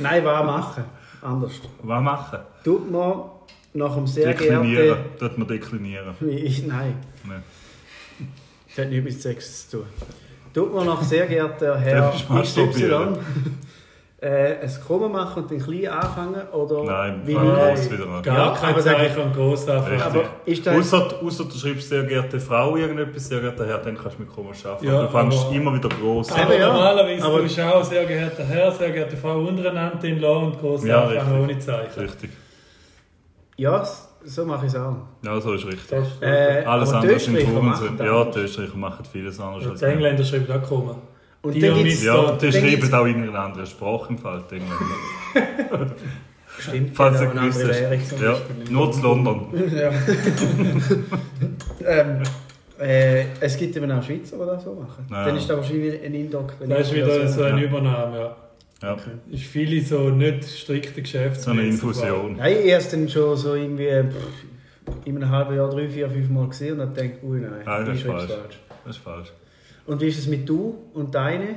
Speaker 2: Nein, was machen? Anders.
Speaker 3: was machen?
Speaker 2: Tut man nach dem sehr
Speaker 3: Deklinieren.
Speaker 2: geehrten.
Speaker 3: Dort man deklinieren.
Speaker 2: Ich, nein,
Speaker 3: Nein.
Speaker 2: das hat nichts mit Sex zu tun. Tut man nach sehr geehrter Herr
Speaker 3: Darf ich mal
Speaker 2: XY
Speaker 3: probieren?
Speaker 2: äh, ein Komma machen und den kleinen anfangen? Oder
Speaker 3: Nein,
Speaker 2: wie
Speaker 3: fang
Speaker 2: man-
Speaker 3: groß wieder an.
Speaker 4: Gar
Speaker 2: Ja,
Speaker 4: kein
Speaker 2: aber sag ich-
Speaker 4: Zeichen und groß anfangen.
Speaker 3: Richtig.
Speaker 2: Aber ist das.
Speaker 3: Außer, außer du schreibst sehr geehrte Frau irgendetwas, sehr geehrter Herr, dann kannst du mit komisch arbeiten.
Speaker 4: Ja,
Speaker 3: du fängst
Speaker 4: aber-
Speaker 3: immer wieder groß an.
Speaker 4: Aber
Speaker 2: Eben, ja.
Speaker 4: normalerweise
Speaker 2: Aber-
Speaker 4: tust du auch sehr geehrter Herr, sehr geehrte Frau untereinander den Law und groß
Speaker 3: Ja, richtig.
Speaker 4: anfangen ohne Zeichen.
Speaker 3: Richtig.
Speaker 2: Ja, so mache ich es auch.
Speaker 3: Ja, so ist richtig.
Speaker 2: Äh,
Speaker 3: Alles
Speaker 2: aber die
Speaker 3: andere ist in
Speaker 2: Österreicher
Speaker 3: Turmen.
Speaker 2: machen das
Speaker 3: Ja,
Speaker 2: anders.
Speaker 3: die Österreicher machen vieles anders
Speaker 4: Und
Speaker 3: als
Speaker 4: die Engländer schreiben auch Komma.
Speaker 2: Und
Speaker 4: Die
Speaker 2: dann
Speaker 4: und
Speaker 2: gibt's
Speaker 4: Mist.
Speaker 3: wir. Ja, und die
Speaker 2: Dann gibt's-
Speaker 3: schreiben auch in einer anderen Sprache im Fall. die Engländer.
Speaker 2: bestimmt
Speaker 3: Falls du
Speaker 2: genau eine
Speaker 3: gewusst
Speaker 2: andere Währung.
Speaker 3: hast. Ja, nur zu London.
Speaker 2: Ja. ähm, äh, es gibt eben auch Schweizer, die das so machen.
Speaker 3: Ja.
Speaker 2: Dann ist das wahrscheinlich ein Indoktrination.
Speaker 4: Das ist wieder so eine Übernahme, ja.
Speaker 3: Ja,
Speaker 4: Ist viele so nicht strikte Geschäfte.
Speaker 3: so eine Infusion.
Speaker 2: Nein, ich habe es dann schon so irgendwie pff, in einem halben Jahr drei, vier, fünf Mal gesehen und dann denke ui nein,
Speaker 3: Nein, Ah, das
Speaker 2: die
Speaker 3: ist
Speaker 2: schreibst
Speaker 3: falsch. Das ist falsch.
Speaker 2: Und wie ist es mit du und deine?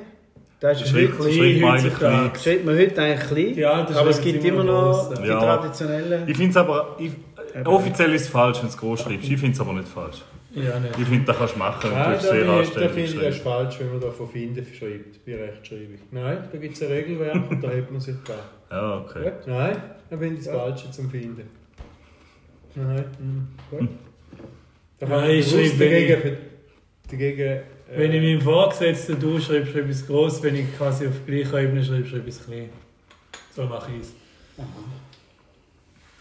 Speaker 2: Das
Speaker 3: Du
Speaker 2: ist
Speaker 3: schreibst,
Speaker 2: heute,
Speaker 3: du schreibst man eigentlich
Speaker 4: heutzutage.
Speaker 3: klein.
Speaker 2: schreibt man heute eigentlich klein,
Speaker 4: Die Alten
Speaker 2: aber es
Speaker 4: schreiben
Speaker 2: gibt
Speaker 4: immer
Speaker 2: immer noch
Speaker 4: gross.
Speaker 2: die
Speaker 3: Ja.
Speaker 2: traditionellen.
Speaker 3: Ich finde es aber. Ich, offiziell ist es falsch, wenn du es groß schreibst. Ich finde es aber nicht falsch.
Speaker 4: Ja, nicht.
Speaker 3: Ich finde, das kannst du machen. wenn
Speaker 5: Nein,
Speaker 3: Du
Speaker 5: da
Speaker 3: hast sehr
Speaker 5: bin ich- da finde
Speaker 3: anständig
Speaker 5: ich, das
Speaker 3: geschrieben.
Speaker 5: ist falsch, wenn man da von Finden schreibt, bei Rechtschreibung. Nein, da gibt es ein Regelwerk und da hebt man sich da.
Speaker 3: Ja, okay.
Speaker 5: Gut, Nein, da finde ich das Falsche zum Finden. Nein, hm, gut. Da kann
Speaker 4: Nein,
Speaker 5: ich
Speaker 4: ich
Speaker 5: bewusst
Speaker 4: schreibe, wenn
Speaker 5: dagegen... dagegen äh,
Speaker 4: Wenn ich meinem Vorgesetzten du schreibe, schreibe ich es gross. Wenn ich quasi auf gleicher Ebene schreibe, schreibe ich es klein. So mache ich es.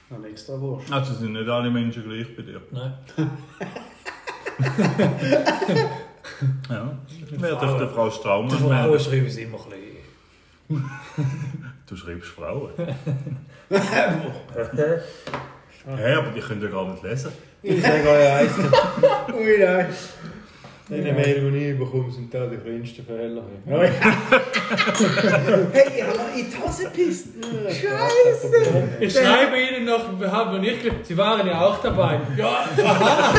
Speaker 2: Ein extra Wurst.
Speaker 3: Also sind nicht alle Menschen gleich bei dir.
Speaker 4: Nein.
Speaker 3: Ja. Wer darf der Frau
Speaker 4: Die
Speaker 3: Straumann
Speaker 4: Frauen
Speaker 3: werden?
Speaker 4: schreiben es immer klein.
Speaker 3: Du schreibst Frauen. Hä, aber die können ja gar nicht lesen.
Speaker 5: Ich "Ah, sage euch eins,
Speaker 2: Ui nein.
Speaker 5: in der Mail, die ich bekomme, sind da die kleinsten Fehler.
Speaker 2: Hey, ich habe noch in die Hose gepisst.
Speaker 5: Scheiße!
Speaker 4: Ich halt, schreibe Ihnen noch, habe ich nicht Sie waren ja auch dabei. Ja, aha.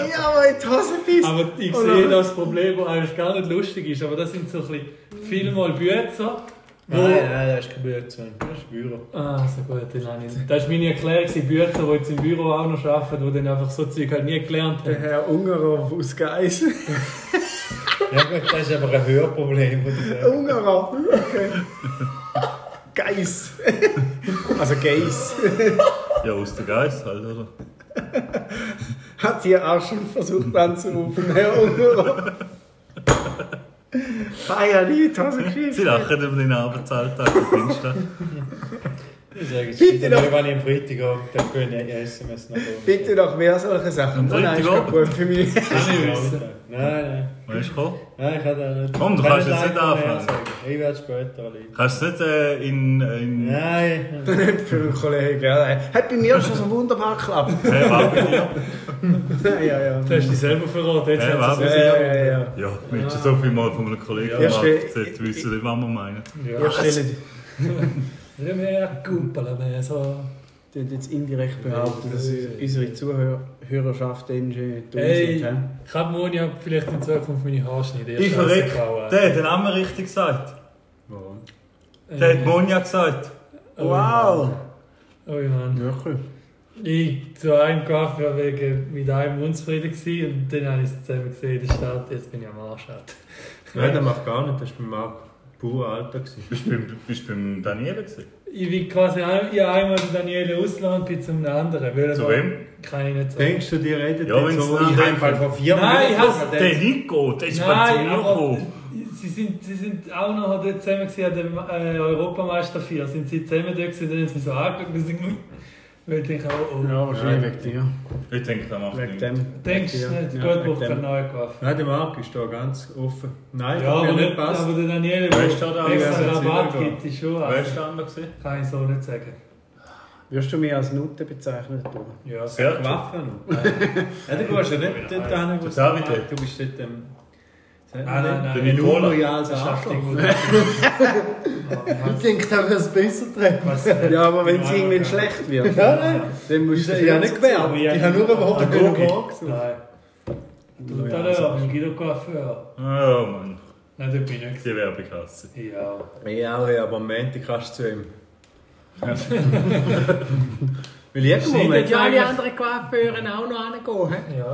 Speaker 2: Ja, aber in die Hose pisst.
Speaker 4: Aber ich
Speaker 2: Und
Speaker 4: sehe
Speaker 2: dann-
Speaker 4: das Problem, das eigentlich gar nicht lustig ist. Aber das sind so ein bisschen vielmal Bützer, wo.
Speaker 5: Nein, nein, das ist kein Blödsinn. Das ist Büro.
Speaker 4: Ah, so gut, den habe ich. Das war meine Erklärung, gewesen. Bützer, die jetzt im Büro auch noch arbeiten, die dann einfach so Zeug halt nie gelernt
Speaker 2: Der
Speaker 4: haben.
Speaker 2: Herr Ungerer aus Geis.
Speaker 5: Ja, gut, das ist aber ein Hörproblem. wo du
Speaker 2: Oh,
Speaker 5: sagst.
Speaker 2: Ungerer. Okay. Geis. Also Geis.
Speaker 3: Ja, aus der Geist halt, oder?
Speaker 2: Hat ihr auch schon versucht anzurufen, Herr Ungerer? Hi, ja nie in die Hose
Speaker 3: Sie
Speaker 2: geschissen.
Speaker 3: lachen über deinen Arbeitsalltag am Dienstag.
Speaker 5: Ich sage jetzt,
Speaker 2: Bitte
Speaker 5: Bitte
Speaker 2: doch.
Speaker 5: wenn ich am Freitag habe, dann können ich eine SMS nach oben.
Speaker 2: Bitte doch mehr solche Sachen.
Speaker 3: Am
Speaker 2: Oh nein, ist kein
Speaker 3: Freitagabend.
Speaker 2: gut für mich.
Speaker 5: Das ist Nein, nein.
Speaker 3: Wann ist gekommen?
Speaker 5: Nein, ich kann das nicht.
Speaker 3: Komm, du
Speaker 5: Ich kann
Speaker 3: kannst jetzt nicht
Speaker 5: einfach mehr
Speaker 3: anfangen.
Speaker 5: sagen. Ich werde später allein.
Speaker 3: Kannst du nicht äh, in,
Speaker 5: Hm.
Speaker 3: in ja.
Speaker 5: Nein.
Speaker 2: Nicht für einen Kollegen. ja, nein. Hat bei mir schon so wunderbar geklappt.
Speaker 3: hey, Wagenbier?
Speaker 2: Ja, ja, ja.
Speaker 4: Du hast dich selber verraten. Jetzt
Speaker 3: Hey,
Speaker 4: hat's-
Speaker 3: Wagenbier?
Speaker 2: Ja, ja, ja. ja.
Speaker 3: Ja, wir haben schon so viel mal von einem Kollegen
Speaker 2: Äh, Ja,
Speaker 3: gemacht,
Speaker 2: stell-
Speaker 3: jetzt wissen nicht, was wir meinen.
Speaker 2: Ihr stellt,
Speaker 4: Mehr Kumpel, mehr ne, so.
Speaker 2: ihr habt jetzt indirekt behauptet, dass unsere Zuhörerschaft dann schon dumm
Speaker 4: Hey,
Speaker 2: sind. hä?
Speaker 4: ich habe morgen ja vielleicht in Zukunft meine Haare schneiden.
Speaker 3: Ich verreck, der hat den Namen richtig gesagt. Der
Speaker 4: Äh,
Speaker 3: hat Monja gesagt.
Speaker 2: Wow!
Speaker 4: Oh Mann.
Speaker 2: Wirklich?
Speaker 4: Ich zu einem Kaffee war wegen mit einem unzufrieden gewesen und dann habe ich es zusammen gesehen, der Start, jetzt bin ich am Arsch. Halt.
Speaker 5: Nein, das macht gar nicht. Das war bei Marc pur Alter. gewesen.
Speaker 3: Bist du beim, bist du beim Daniel gewesen?
Speaker 4: Ich bin quasi ein, ich einmal den Daniele ausgelernt bin zum anderen. Weil
Speaker 3: Zu
Speaker 4: er-
Speaker 3: wem?
Speaker 4: Kann ich nicht sagen.
Speaker 5: Denkst du, die reden
Speaker 3: Ja, wenn's
Speaker 5: Ich
Speaker 3: nachdenken.
Speaker 5: habe im Fall vor vier
Speaker 4: Nein, ich hasse-
Speaker 5: gedacht,
Speaker 3: Der Nico, der ist mal zu
Speaker 4: Nein,
Speaker 3: mir
Speaker 4: aber
Speaker 3: gekommen.
Speaker 4: sie sind, sie sind auch noch dort zusammen gewesen, an dem äh, Europameister 4. Sind sie zusammen dort gewesen, dann haben sie mich so angeguckt und sind, weil ich denke, oh, oh.
Speaker 2: Ja, wahrscheinlich wegen dir.
Speaker 3: Ich denke, der macht
Speaker 2: Wegen
Speaker 3: nichts.
Speaker 2: dem.
Speaker 4: Denkst du
Speaker 2: Ja,
Speaker 4: nicht?
Speaker 2: ja,
Speaker 4: Gut,
Speaker 2: wegen
Speaker 4: braucht eine
Speaker 2: dem.
Speaker 4: neue Waffe.
Speaker 5: Nein, der Marc ist da ganz offen. Nein,
Speaker 4: Ja,
Speaker 5: das
Speaker 4: aber,
Speaker 5: hat
Speaker 4: nicht, aber der Daniele, der
Speaker 3: Weißt du, da-
Speaker 4: extra
Speaker 5: Ja,
Speaker 4: Rabatt
Speaker 5: sicher.
Speaker 4: gibt, ist schon
Speaker 3: Wer ist
Speaker 4: also,
Speaker 3: der andere? gewesen?
Speaker 4: Kann ich so nicht sagen.
Speaker 2: Wirst du mich als Nutte bezeichnen? Bruder?
Speaker 4: Ja,
Speaker 3: Sergio.
Speaker 5: Waffen noch. ja, du gehst ja nicht dort hin, wo
Speaker 3: Der
Speaker 5: es
Speaker 3: David
Speaker 5: Marc-
Speaker 3: hat.
Speaker 5: Du bist dort ähm,
Speaker 4: Nein, nein, nein.
Speaker 3: Der
Speaker 5: ein
Speaker 3: Nicola.
Speaker 5: unloyales
Speaker 4: Das schafft
Speaker 5: Arschloch.
Speaker 4: ihn gut.
Speaker 5: Ich denke, da wäre es besser treffen.
Speaker 4: Was, äh,
Speaker 2: Ja, aber wenn es
Speaker 4: Nein,
Speaker 2: irgendwann
Speaker 4: nein.
Speaker 2: schlecht wird,
Speaker 5: Ja, nein.
Speaker 2: dann
Speaker 5: Ich
Speaker 2: musst du
Speaker 5: habe ja nicht gewählt. Ich habe nur überhaupt
Speaker 4: Ah,
Speaker 5: einen
Speaker 4: Gogi.
Speaker 5: Gurken
Speaker 4: Nein. Du, da, da, da, Guido Coiffeur.
Speaker 3: Oh Mann,
Speaker 4: Nein, da bin ich
Speaker 3: die Werbekasse.
Speaker 4: nicht. Ja.
Speaker 5: Ja, ja, aber am Montag kannst du zu ihm. Weil jeden Moment...
Speaker 4: ja alle
Speaker 2: anderen Coiffeuren auch noch angehen.
Speaker 4: Ja.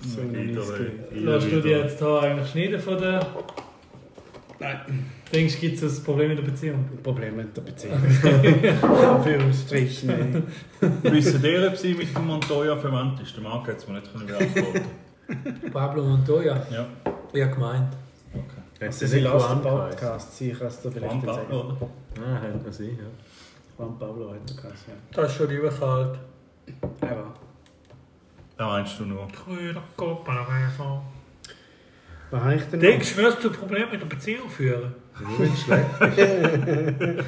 Speaker 2: So ein Mist.
Speaker 4: Lass du dir jetzt hier eigentlich schneiden von der. Nein. Denkst du, gibt es ein Problem in der Beziehung?
Speaker 2: Problem mit der Beziehung. Anführungsstrichen. ey.
Speaker 3: Wissen der, ob sie mit dem Montoya verwandt ist? Der Marc hat es mir nicht können beantworten
Speaker 4: Pablo Montoya?
Speaker 3: Ja.
Speaker 4: Ja, gemeint.
Speaker 5: Das
Speaker 2: Das ist ein laster Podcast, sicher kannst du vielleicht
Speaker 3: Juan
Speaker 2: nicht sagen.
Speaker 3: Pablo, oder?
Speaker 5: Nein, hätte man sie, ja.
Speaker 2: Juan Pablo hat er geheißen, ja.
Speaker 4: Das ist schon überkalt.
Speaker 2: Aber
Speaker 3: Da meinst du nur.
Speaker 2: was habe ich denn noch?
Speaker 4: Denkst du, wirst du ein Problem mit der Beziehung führen?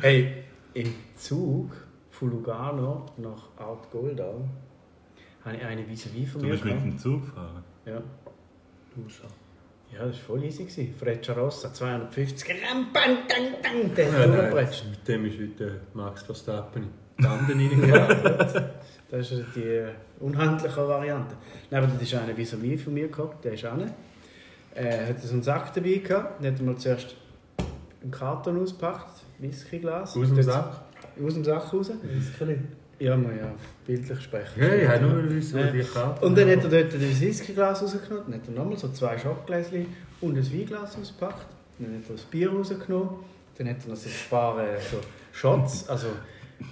Speaker 2: Hey, im Zug von Lugano nach Art Goldau habe ich eine vis-à-vis von
Speaker 3: Du
Speaker 2: mir
Speaker 3: bist mit
Speaker 2: gehabt.
Speaker 3: dem Zug gefahren.
Speaker 2: Ja. ja, das war voll easy. gewesen. Fred Charossa, 250 Gramm, bang, dang, dang, der hat
Speaker 5: Nein, nein,
Speaker 2: durchgebretscht.
Speaker 5: Mit dem ist heute Max Verstappen in die Lande reingegangen.
Speaker 2: Das ist die äh, unhandliche Variante. Nein, aber das ist einer vis-à-vis von mir gehabt, der ist auch nicht. Äh, hat so einen Sack dabei gehabt, dann hat er mal zuerst einen Karton ausgepackt, Whiskyglas.
Speaker 5: Aus dem
Speaker 2: Dort-
Speaker 5: Sack?
Speaker 2: Aus dem Sack raus. Ja, man ja, bildlich sprechen.
Speaker 5: Ja, ich habe nur wissen,
Speaker 2: Ja.
Speaker 5: wo die Karte
Speaker 2: Und dann hat er dort das Whiskyglas rausgenommen, dann hat er nochmal so zwei Schockgläschen und ein Weinglas ausgepackt, dann hat er das Bier rausgenommen, dann hat er noch so ein paar äh, so Shots, also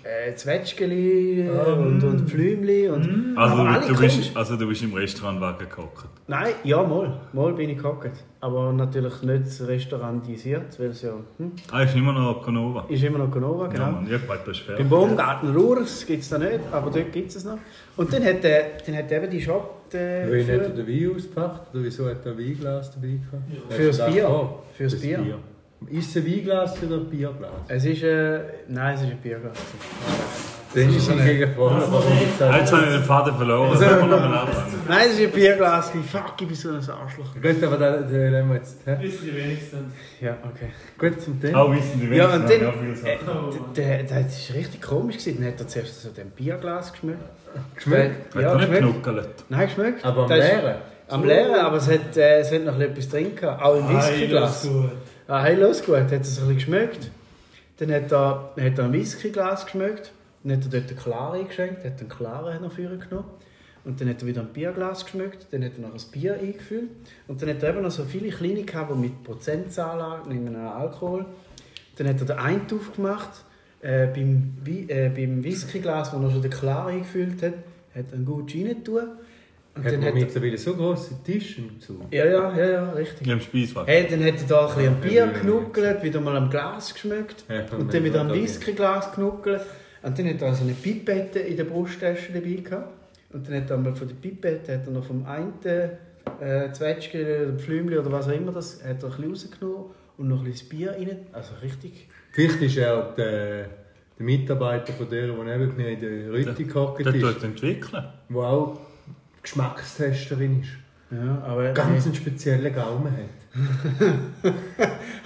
Speaker 2: äh, Zwetschgeli ähm, Mhm.
Speaker 4: Ah,
Speaker 2: und, und Blümli und... aber alle
Speaker 3: Also du,
Speaker 2: komisch.
Speaker 3: bist, also du bist im Restaurantwagen gehockt.
Speaker 2: Nein, ja, mal, mal bin ich gehockt. Aber natürlich nicht restaurantisiert, weil es ja... Hm,
Speaker 3: Ah, ist immer noch Canova.
Speaker 2: ist immer noch Canova,
Speaker 3: Ja,
Speaker 2: genau.
Speaker 3: Mann, ich bald bist du
Speaker 2: Im
Speaker 3: fertig.
Speaker 2: Baumgarten Rurs gibt es da nicht, aber dort gibt es noch. Und dann hat, äh, dann hat eben die Shop... Äh,
Speaker 5: Weil
Speaker 2: für-
Speaker 5: nicht den Wein ausgepackt oder wieso hat er ein Weinglas dabei gehabt? Ja.
Speaker 2: Fürs Bier. Fürs Bier.
Speaker 5: Ist es ein Weinglas oder ein Bierglas?
Speaker 2: äh, Es ist ein. Nein, es ist ein Bierglas.
Speaker 5: Dann ist er gegen vorne.
Speaker 3: Ah, Jetzt habe ich den Faden verloren.
Speaker 2: Also,
Speaker 3: Das können wir nochmal anfangen.
Speaker 2: Nein, das ist ein Bierglas. Fuck, ich bin so ein Arschloch.
Speaker 5: Gut, aber den, den lassen wir jetzt. hä?
Speaker 4: Wissen die wenigsten.
Speaker 2: Ja, okay.
Speaker 5: Gut, zum Thema.
Speaker 3: Auch wissen die
Speaker 2: Ja, und
Speaker 3: wenigsten.
Speaker 2: dann-
Speaker 3: Ja, viele Sachen.
Speaker 2: Äh, der, der, das war richtig komisch. gewesen. Dann hat er zuerst so dem Bierglas geschmeckt.
Speaker 5: Geschmeckt?
Speaker 2: Ja,
Speaker 3: Hat er nicht
Speaker 2: geschmeckt.
Speaker 3: genuckelt?
Speaker 2: Nein, geschmeckt.
Speaker 5: Aber am
Speaker 2: Das Ah, ist-
Speaker 5: Leeren?
Speaker 2: Am leeren, aber es hat, äh, es hat noch etwas drin gehabt. Auch im Whiskyglas. Ah, hey, los gut, hat es ein bisschen geschmeckt. Dann hat er, hat er ein Whiskyglas geschmeckt. Dann hat er dort einen Klaren geschenkt, hat einen Klaren nach vorne genommen. Und dann hat er wieder ein Bierglas geschmeckt, dann hat er noch ein Bier eingefüllt. Und dann hat er eben noch so viele kleine gehabt, die mit Prozentzahl angeben, Alkohol. Dann hat er den einen aufgemacht. Äh, beim, Wi- äh, beim Whiskyglas, wo er schon den Klaren eingefüllt hat, hat er einen Gucci reingetan. Und
Speaker 5: Hat
Speaker 2: dann
Speaker 5: man
Speaker 2: hat er,
Speaker 5: mittlerweile so grosse Tische im Zug.
Speaker 2: ja, ja, ja, ja, richtig.
Speaker 3: Ja, im Speiswagen.
Speaker 2: Hey, dann hat er da ein bisschen am Bier
Speaker 5: Ja, ja, ja.
Speaker 2: genuckelt, wieder mal am Glas geschmückt
Speaker 5: Ja,
Speaker 2: und dann wieder am
Speaker 5: ja, ja.
Speaker 2: Whiskyglas genuckelt. Und dann hat er also eine Pipette in der Brusttasche dabei gehabt. Und dann hat er mal von der Pipette hat er noch vom einen äh, Zwetschgen oder Pflümchen oder was auch immer, das hat er ein bisschen rausgenommen und noch ein bisschen das Bier rein. Also richtig.
Speaker 5: Vielleicht ist er auch der, der Mitarbeiter von der, der neben mir in der Rütte gehockt
Speaker 3: Der tut
Speaker 5: ist,
Speaker 3: es entwickeln.
Speaker 5: der auch Geschmackstesterin ist.
Speaker 2: Ja, aber.
Speaker 5: Ganz einen speziellen Gaumen hat.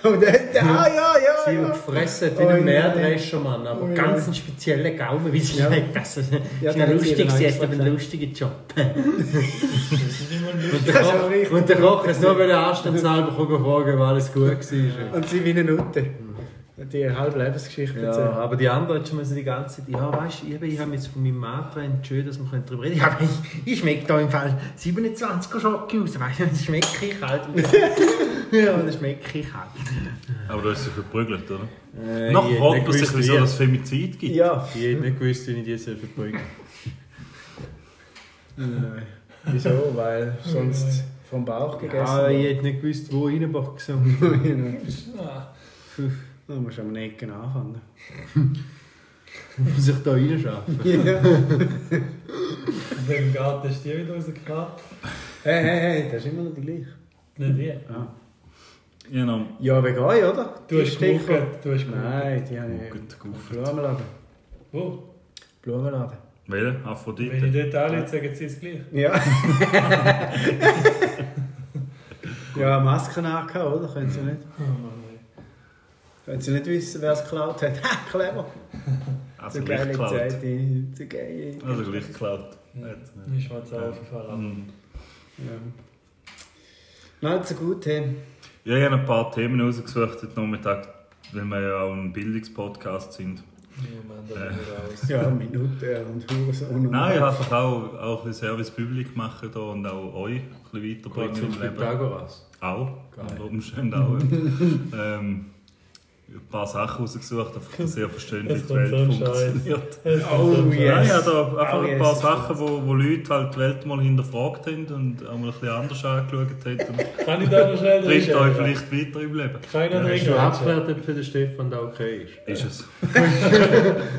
Speaker 2: Und dann hat er. Ah, ja, ja,
Speaker 5: Sie haben
Speaker 2: ja.
Speaker 5: gefressen hat wie
Speaker 2: Oh
Speaker 5: ein
Speaker 2: nein.
Speaker 5: Mähdreschermann, aber
Speaker 2: Oh nein.
Speaker 5: ganz einen speziellen Gaumen, wie sie
Speaker 2: Ja.
Speaker 5: hat. Das ist
Speaker 2: Ja,
Speaker 5: ist
Speaker 2: der
Speaker 5: ein
Speaker 2: hat
Speaker 5: lustig,
Speaker 2: sie
Speaker 5: sie
Speaker 2: eben
Speaker 5: hat aber
Speaker 2: auch
Speaker 5: einen lustigen Job. Und der
Speaker 2: Das ist auch
Speaker 5: Koch-
Speaker 2: richtig.
Speaker 5: Und der Koch hat nur anstandshalber kommen fragen, ob alles gut war.
Speaker 2: Und sie wie eine Nutte. Die halbe Lebensgeschichte
Speaker 5: Mhm. Ja,
Speaker 2: erzählt.
Speaker 5: aber die anderen hat schon mal so die ganze Zeit, ja, weißt du, ich habe jetzt von meinem Mann getrennt, schön, dass wir darüber reden können. Ja, aber ich, ich schmecke da im Fall 27er Schocke aus, weißt du, das schmecke ich halt. ja, das schmecke ich halt.
Speaker 3: Aber du hast sie verprügelt, oder?
Speaker 5: Äh,
Speaker 3: Noch fragt man sich, wieso das Femizid gibt.
Speaker 2: Ja.
Speaker 5: Ich hätte nicht gewusst, wie ich die so verbringe.
Speaker 2: Nein.
Speaker 5: Äh,
Speaker 2: Wieso? Weil sonst vom Bauch gegessen
Speaker 5: Ah, ich hätte nicht gewusst, wo reinboxen.
Speaker 2: Da musst du am Ecken anfangen.
Speaker 5: Muss ich da reinschaffen?
Speaker 2: Ja. hey,
Speaker 4: Und im Garten ist die wieder rausgeklappt.
Speaker 2: hey, hey, das ist immer noch die gleiche. Ah.
Speaker 4: Nicht die.
Speaker 3: Genau.
Speaker 2: Ja, wegen euch, oder?
Speaker 4: Du hast
Speaker 2: Die
Speaker 4: geguckt, du hast geguckt.
Speaker 2: Nein, die habe ich.
Speaker 3: Gut, gut.
Speaker 2: Blumenladen.
Speaker 4: Wo?
Speaker 2: Blumenladen.
Speaker 3: Welche?
Speaker 4: Wenn ich
Speaker 3: Aphrodite?
Speaker 4: dort anlege, sagen sie es gleich.
Speaker 2: Ja. ja, Masken angehauen, oder? Können sie nicht.
Speaker 4: Oh Mann, ey.
Speaker 2: Können sie nicht wissen, wer es geklaut hat. Ha, clever.
Speaker 3: Also
Speaker 2: Zu
Speaker 3: gleich
Speaker 2: geile
Speaker 3: geklaut.
Speaker 2: Zeit. Mhm. die- Zu geil.
Speaker 3: Also gleich geklaut.
Speaker 4: Mir ist mal zu aufgefallen.
Speaker 3: Mhm.
Speaker 2: Ja. Nein, zu gut, hey.
Speaker 3: Ja, ich habe ein paar Themen rausgesucht heute Nachmittag, weil wir ja auch ein Bildungspodcast sind.
Speaker 4: Niemand Oh da wieder raus.
Speaker 2: Ja, Minute und Hurensohn. und-
Speaker 3: Nein, ich habe einfach auch, auch ein bisschen Service Public machen hier und auch euch ein bisschen
Speaker 5: Kurz
Speaker 3: weiterbringen
Speaker 5: zum
Speaker 3: im Leben.
Speaker 5: Pythagoras.
Speaker 3: Auch,
Speaker 5: Geil.
Speaker 3: unter Umständen auch. ja. ähm, ein paar Sachen rausgesucht, einfach dass ihr versteht, wie
Speaker 4: Jetzt
Speaker 3: die
Speaker 4: kommt so
Speaker 3: Welt
Speaker 4: ein
Speaker 3: funktioniert.
Speaker 2: Oh
Speaker 3: Nein,
Speaker 2: yes.
Speaker 3: ich habe da einfach
Speaker 2: Oh,
Speaker 3: ein
Speaker 2: yes,
Speaker 3: paar
Speaker 2: ist
Speaker 3: Sachen, wo, wo Leute halt die Welt mal hinterfragt haben und auch mal ein bisschen anders angeschaut haben. Und
Speaker 4: Kann ich da noch schnell
Speaker 3: bringt euch
Speaker 4: reinschreiben?
Speaker 3: vielleicht weiter im Leben.
Speaker 4: Keiner
Speaker 5: Hast
Speaker 4: drin
Speaker 5: du abgewertet, ob für den Stefan da okay ist?
Speaker 3: Ist es.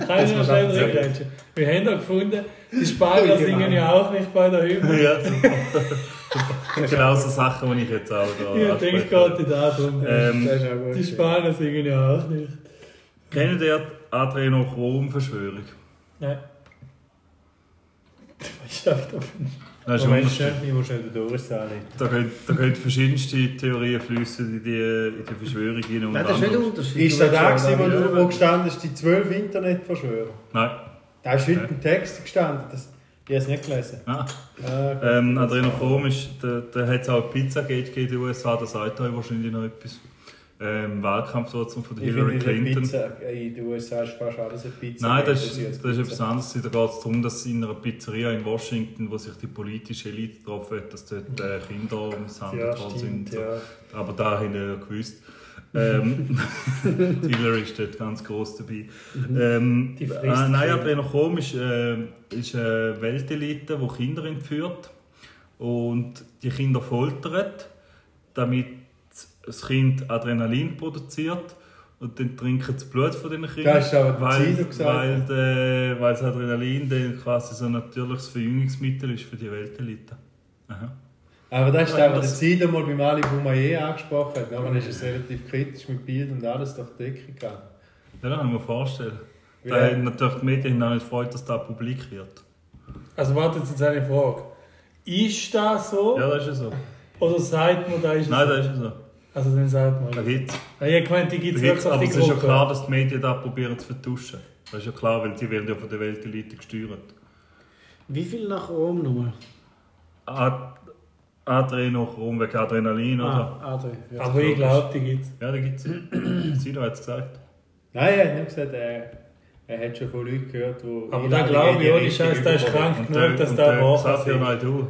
Speaker 4: Keiner schnell
Speaker 5: das
Speaker 4: drin Wir haben da gefunden, die
Speaker 3: Genau.
Speaker 4: Spanier singen ja auch nicht bei der Hymne.
Speaker 3: ja, super. genau so Sachen, die ich jetzt auch da
Speaker 4: Ich denke
Speaker 3: ansprechen
Speaker 4: gerade darum.
Speaker 3: ähm,
Speaker 2: Das ist auch gut.
Speaker 4: Die Spanier singen ja auch nicht.
Speaker 3: Kennt ihr die Adrenochrom-Verschwörung?
Speaker 4: Nein. Ich dachte,
Speaker 3: Das ist Moment,
Speaker 5: ich muss schnell da durchzahlen.
Speaker 3: da, können, da können verschiedenste Theorien fliessen in die, in die Verschwörung hinein. und
Speaker 2: Nein, das ist nicht der
Speaker 3: anderes.
Speaker 2: Unterschied.
Speaker 5: Ist der da,
Speaker 2: willst
Speaker 5: gewesen, wo
Speaker 2: ja
Speaker 5: du
Speaker 2: sagen,
Speaker 5: wo gestanden ist, die zwölf Internetverschwörer?
Speaker 3: Nein.
Speaker 5: Da ist heute im Text gestanden. Das, ich habe es nicht gelesen.
Speaker 3: Ah.
Speaker 5: Äh,
Speaker 3: Ähm, Adrenochrom ist, da, da hat es auch Pizzagate gegeben in den USA, da sagt euch wahrscheinlich noch etwas. Ähm, Wahlkampf sozusagen von der
Speaker 5: ich
Speaker 3: Hillary
Speaker 5: finde, in der
Speaker 3: Clinton.
Speaker 5: Pizza, in den USA ist fast alles eine Pizza.
Speaker 3: Nein, das
Speaker 5: sie
Speaker 3: ist,
Speaker 5: als
Speaker 3: das ist
Speaker 5: Pizza.
Speaker 3: etwas anderes. Da geht es darum, dass in einer Pizzeria in Washington, wo sich die politische Elite getroffen hat, dass dort äh, Kinder misshandelt
Speaker 4: ja,
Speaker 3: worden sind.
Speaker 4: stimmt, ja.
Speaker 3: Aber da haben wir ja gewusst. Ähm, die Hillary ist dort ganz groß dabei.
Speaker 5: Mhm.
Speaker 3: Ähm,
Speaker 4: Die frisst
Speaker 3: äh, nein,
Speaker 4: viel.
Speaker 3: Adrenochrom ist, äh, ist eine Weltelite, die Kinder entführt und die Kinder foltert, damit das Kind Adrenalin produziert. Und dann trinken sie das Blut von den Kindern.
Speaker 5: Das ist aber
Speaker 3: weil,
Speaker 5: Zino gesagt.
Speaker 3: weil, de, weil das Adrenalin dann quasi so ein natürliches Verjüngungsmittel ist für die Weltelite. Aha.
Speaker 5: Aber das ist
Speaker 3: Nein,
Speaker 5: auch, was
Speaker 3: das-
Speaker 5: der Zeit mal bei Mali Boumaier angesprochen hat. Man ist es relativ kritisch mit Bild und alles durch die Decke gegangen.
Speaker 3: Ja, das kann ich mir vorstellen. Da haben natürlich die Medien noch nicht gefreut, dass das publik wird.
Speaker 4: Also warte jetzt eine Frage. Ist das so?
Speaker 3: Ja, das ist ja so.
Speaker 4: Oder sagt man, da ist es
Speaker 3: Nein,
Speaker 4: so?
Speaker 3: das ist ja so.
Speaker 4: Also dann sagt man.
Speaker 3: Da
Speaker 4: Okay.
Speaker 3: gibt's.
Speaker 4: Ich meine, die gibt
Speaker 3: Da
Speaker 4: es
Speaker 3: gibt's
Speaker 4: wirklich auf
Speaker 3: aber
Speaker 4: die
Speaker 3: es ist ja
Speaker 4: Gruppe.
Speaker 3: klar, dass die Medien das probieren zu vertuschen. Das ist ja klar, weil die werden ja von der Welt die Leute gesteuert.
Speaker 6: Wie viel nach oben nochmal?
Speaker 3: Ad Adrenalin noch rum wegen Adrenalin, oder?
Speaker 6: Ah, Adri. Ja.
Speaker 4: Aber ich glaube, die gibt es.
Speaker 3: Ja, da gibt's. Sino hat es gesagt.
Speaker 5: Nein, er hat nicht gesagt, er, er hat schon von Leuten gehört, die.
Speaker 4: Aber da glaube ich, ohne Scheiß, da ist krank genug, dass da
Speaker 3: war.
Speaker 4: wahr
Speaker 3: Xavier
Speaker 4: ist.
Speaker 3: Naidu.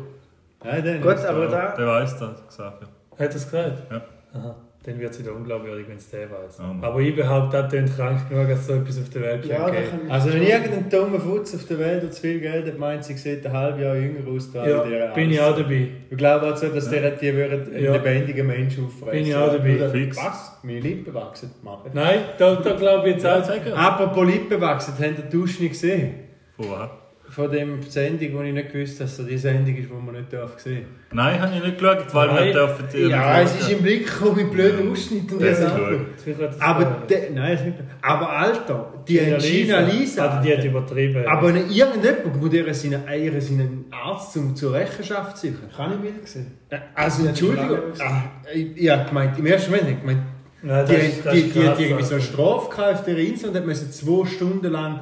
Speaker 5: Nein, der
Speaker 2: Gut,
Speaker 5: nicht.
Speaker 2: aber da.
Speaker 3: Der weiß das, Xavier.
Speaker 4: Hat das gesagt?
Speaker 3: Ja.
Speaker 4: Aha. Dann wird es wieder unglaubwürdig, wenn es der weiß.
Speaker 3: Ja, Mann.
Speaker 4: Aber ich behaupte, das tönt krank genug, dass so etwas auf der Welt
Speaker 2: Ja, da
Speaker 4: okay.
Speaker 2: kann
Speaker 5: Also, wenn irgendein dummer Futz auf der Welt, der zu viel Geld hat, meint, sie sieht ein halbes Jahr jünger aus, da
Speaker 4: ja,
Speaker 5: hat er
Speaker 4: bin ich
Speaker 5: alles.
Speaker 4: auch dabei.
Speaker 5: Ich glaube auch so, dass der die würden einen
Speaker 4: Ja.
Speaker 5: lebendigen Menschen auffressen.
Speaker 4: Bin ich auch dabei.
Speaker 5: Oder,
Speaker 3: Fix.
Speaker 5: Was? Meine Lippen wachsen. Machen.
Speaker 4: Nein, da, da glaube ich jetzt auch.
Speaker 5: Apropos Lippen wachsen, habt ihr die Dusche nicht gesehen?
Speaker 3: Von was?
Speaker 5: Von dem Sendung, wo ich nicht gewusst dass es die Sendung ist, die man nicht darf sehen
Speaker 3: Nein, habe ich nicht geschaut, weil wir
Speaker 4: Nein.
Speaker 3: nicht dürfen. die-
Speaker 5: darf. Ja, es ist
Speaker 3: Ja.
Speaker 5: im Blick gekommen mit blöden Ausschnitten und
Speaker 3: Das
Speaker 5: das
Speaker 3: ist
Speaker 5: andere.
Speaker 3: gut.
Speaker 4: Sicher hat das
Speaker 5: Aber,
Speaker 4: gesagt.
Speaker 5: de, nein, das ist nicht, aber Alter, die Gina Lisa.
Speaker 4: Also die hat übertrieben.
Speaker 5: aber ne- irgendjemand muss ihr seinen, ihr seinen Arzt zum, zur Rechenschaft ziehen.
Speaker 2: Kann ich Bild sehen?
Speaker 4: Äh,
Speaker 5: Also, Entschuldigung. Ah, ich, ich hab gemeint, im ersten Moment hab ich gemeint,
Speaker 4: Nein, das
Speaker 5: Die,
Speaker 4: ist- das
Speaker 5: die,
Speaker 4: ist
Speaker 5: die
Speaker 4: krass, also.
Speaker 5: hat irgendwie so eine
Speaker 4: Alter.
Speaker 5: Strafe gehabt auf der Insel und hat müssen zwei Stunden lang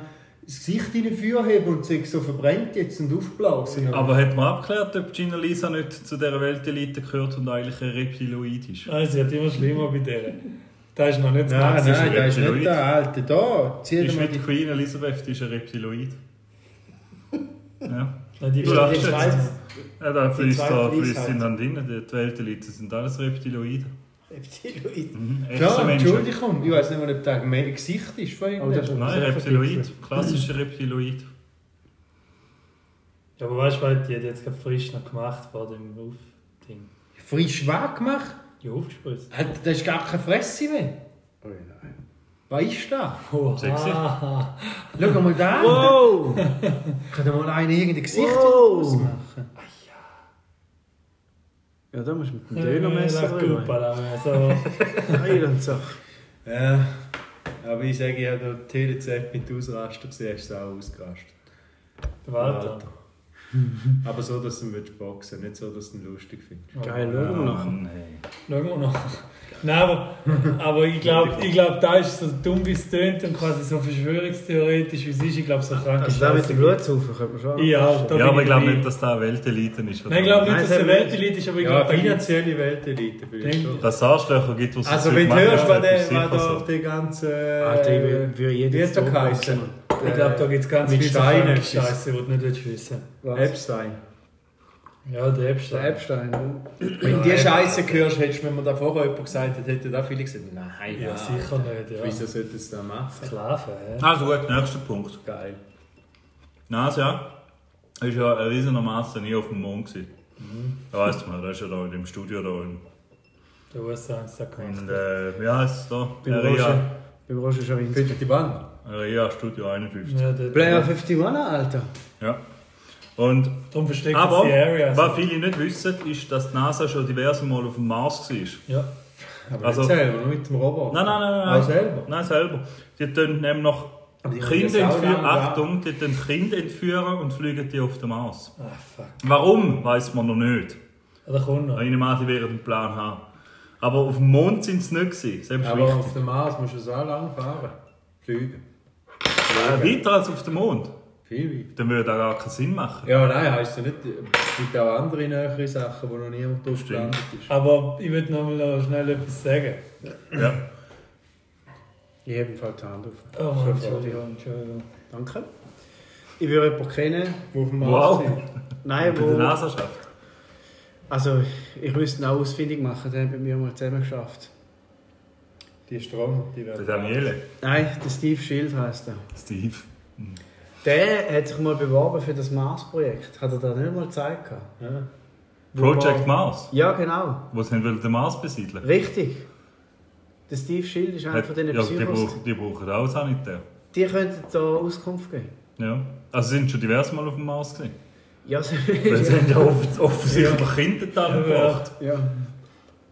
Speaker 5: das Gesicht in den Feuer heben und sich so verbrennt jetzt und aufblasen.
Speaker 3: Aber hat man abgeklärt, ob Gina Lisa nicht zu dieser Weltelite gehört und eigentlich ein Reptiloid ist?
Speaker 4: Nein, sie hat immer schlimmer bei der. Da ist noch nicht zu
Speaker 5: nein,
Speaker 4: Max.
Speaker 5: nein,
Speaker 3: der
Speaker 5: der
Speaker 3: ist
Speaker 5: ist
Speaker 3: Reptiloid.
Speaker 5: nicht der Alte. Da, zieh
Speaker 3: Die
Speaker 5: dir mal die...
Speaker 3: Schwede Queen Elisabeth die ist ein Reptiloid. ja.
Speaker 4: Nein, die
Speaker 3: Du
Speaker 4: ist-
Speaker 3: lachst jetzt. Ja, da fließt da,
Speaker 2: zweite
Speaker 3: fließt
Speaker 2: Weisheit.
Speaker 3: sind dann drin, die Weltelite sind alles Reptiloide.
Speaker 2: Reptiloid.
Speaker 3: Mhm. Echte
Speaker 5: Ja,
Speaker 3: Menschen.
Speaker 5: Entschuldigung, ich weiß nicht mal, ob das ein Gesicht ist von
Speaker 2: Oh, das
Speaker 5: ihm.
Speaker 2: ist
Speaker 3: Nein, Reptiloid. Klassischer Reptiloid.
Speaker 4: Ja, Aber weißt du, weil die hat jetzt gerade frisch noch gemacht vor dem Aufding.
Speaker 5: Frisch weggemacht?
Speaker 4: Ja, aufgespritzt.
Speaker 5: Alter, da ist gar keine Fresse mehr.
Speaker 2: Oh nein.
Speaker 5: Was ist das?
Speaker 3: Sexy.
Speaker 4: Oha.
Speaker 5: Schau mal da.
Speaker 2: Ah, Wow!
Speaker 5: Kann da mal einer irgendein Gesicht
Speaker 2: Wow.
Speaker 5: ausmachen?
Speaker 6: Ja, da musst du mit dem Dönermesser drüber.
Speaker 4: drüber. So.
Speaker 6: Geil und so.
Speaker 5: Ja, aber ich sage, ich habe da TDZ mit Ausraster gesehen, hast du auch ausgerastet.
Speaker 4: Walter.
Speaker 5: Aber so, dass du ihn boxen willst, nicht so, dass du ihn lustig findest.
Speaker 6: Geil, schauen wir nachher.
Speaker 3: Nein.
Speaker 4: Schauen wir noch. Nein, aber, aber ich glaube, ich glaub, da ist so dumm, wie es tönt und quasi so verschwörungstheoretisch, wie es ist. Ich glaube, so krank
Speaker 2: Also da mit dem
Speaker 4: Scheiße gibt.
Speaker 2: Blutsaufen könnte man schon.
Speaker 4: Ja, da
Speaker 3: Ja, aber ich glaube
Speaker 4: dabei.
Speaker 3: nicht, dass da Weltelite ist.
Speaker 4: Nein, ich glaube nicht,
Speaker 2: Nein,
Speaker 4: dass
Speaker 2: das
Speaker 4: der
Speaker 2: haben wir
Speaker 4: Weltbelit ist, aber ich
Speaker 5: Ja,
Speaker 4: glaube, da gibt's-
Speaker 5: finanzielle Weltelite vielleicht
Speaker 4: Denke
Speaker 5: schon.
Speaker 3: Dass es Arschlöcher gibt, was
Speaker 5: Also, wenn du hörst, was der, was da auf
Speaker 3: so.
Speaker 5: die ganzen.
Speaker 6: Alter, ich wür- würde jeden
Speaker 5: Wie hat's da
Speaker 6: Tod
Speaker 5: geheißen?
Speaker 6: boxen.
Speaker 4: ich glaube, da gibt es ganz
Speaker 5: mit
Speaker 4: viel
Speaker 5: Steinen
Speaker 4: Steine.
Speaker 5: etwas.
Speaker 4: Scheiße, die du nicht willst wissen
Speaker 2: Was?
Speaker 5: Epstein.
Speaker 4: Ja, der Epstein.
Speaker 2: Der Epstein. ne?
Speaker 5: Wenn du die Scheiße hörst, hättest du, wenn man da vorher jemand gesagt hat, hätte da viele gesagt, nein,
Speaker 4: Ja,
Speaker 5: nein.
Speaker 4: sicher nicht, ja.
Speaker 5: Wieso solltest du das machen?
Speaker 4: Sklaven, hä?
Speaker 3: Also gut, nächster Punkt.
Speaker 5: Geil.
Speaker 3: NASA ja, ist ja eine riesenermaßen nie auf dem Mond gewesen. Da weißt du mal, da ist ja da in dem Studio da in,
Speaker 4: Der USA hat es da gemacht.
Speaker 3: in äh, wie heißt es da?
Speaker 6: Beim
Speaker 3: Area,
Speaker 6: Roger, beim Roger Schawinski.
Speaker 5: Bitte die Wand.
Speaker 3: Area Studio 51.
Speaker 4: Ja, der,
Speaker 2: Player 51, Alter.
Speaker 3: Ja. Und
Speaker 4: darum versteckt
Speaker 3: aber
Speaker 4: sie die Area. also.
Speaker 3: was viele nicht wissen, ist, dass die NASA schon diverse Mal auf dem Mars war.
Speaker 4: Ja.
Speaker 5: Aber
Speaker 3: Also-
Speaker 5: nicht selber, nur mit dem Roboter.
Speaker 3: Nein, nein, nein, nein.
Speaker 5: Auch Ah, selber?
Speaker 3: Nein, selber. Die tun nämlich noch
Speaker 5: Aber die haben
Speaker 3: Kinder
Speaker 5: ja sau
Speaker 3: entführen.
Speaker 5: lange gehabt.
Speaker 3: Achtung, die tun Kinder entführen und fliegen die auf den Mars.
Speaker 4: Ah, fuck.
Speaker 3: Warum, weiß man noch nicht.
Speaker 4: Ah, Da kommt noch.
Speaker 3: Eine Mann, die werden einen Plan haben. Aber auf dem Mond sind sie nicht gewesen. Selbst
Speaker 5: Aber
Speaker 3: wichtig.
Speaker 5: auf dem Mars musst du so lange fahren. Fliegen.
Speaker 3: Äh, weiter als auf dem Mond.
Speaker 5: Viel weit.
Speaker 3: Dann würde das gar keinen Sinn machen.
Speaker 5: Ja, nein, heisst ja nicht. Es gibt auch andere nähere Sachen, wo noch niemand drauf
Speaker 3: Stimmt.
Speaker 5: gelandet ist.
Speaker 4: Aber ich würde noch mal noch schnell etwas sagen.
Speaker 3: Ja.
Speaker 2: Ich habe im Fall die Hand auf.
Speaker 4: Oh Mann, Entschuldigung, Entschuldigung.
Speaker 2: Danke. Ich würde jemanden kennen.
Speaker 5: Wo auf dem Mars
Speaker 3: Wow.
Speaker 5: sind.
Speaker 3: Bei
Speaker 2: Nein,
Speaker 3: der
Speaker 2: wo.
Speaker 3: NASA schafft.
Speaker 2: Also, ich müsste ihn auch ausfindig machen, der hat mit mir mal zusammen geschafft.
Speaker 5: Die Strom, die
Speaker 3: Der
Speaker 5: werden.
Speaker 3: Daniele.
Speaker 2: Nein, der Steve Schild heißt er.
Speaker 3: Steve.
Speaker 2: Der hat sich mal beworben für das Mars-Projekt. Hat er da nicht mal gezeigt? gehabt?
Speaker 5: Ja.
Speaker 3: Project
Speaker 2: Wobei-
Speaker 3: Mars.
Speaker 2: Ja, genau.
Speaker 3: Wo sie wollen den Mars besiedeln.
Speaker 2: Richtig. Der Steve Schild ist einer
Speaker 3: Hat-
Speaker 2: von diesen
Speaker 3: ja, die,
Speaker 2: Psychos.
Speaker 3: brauchen, die brauchen auch Sanitär.
Speaker 2: Die könnten da Auskunft geben.
Speaker 3: Ja. Also sie sind schon diverse Mal auf dem Mars gewesen.
Speaker 2: Ja, so-
Speaker 3: Weil sie haben ja off offensichtlich Kinder da gebracht.
Speaker 2: ja.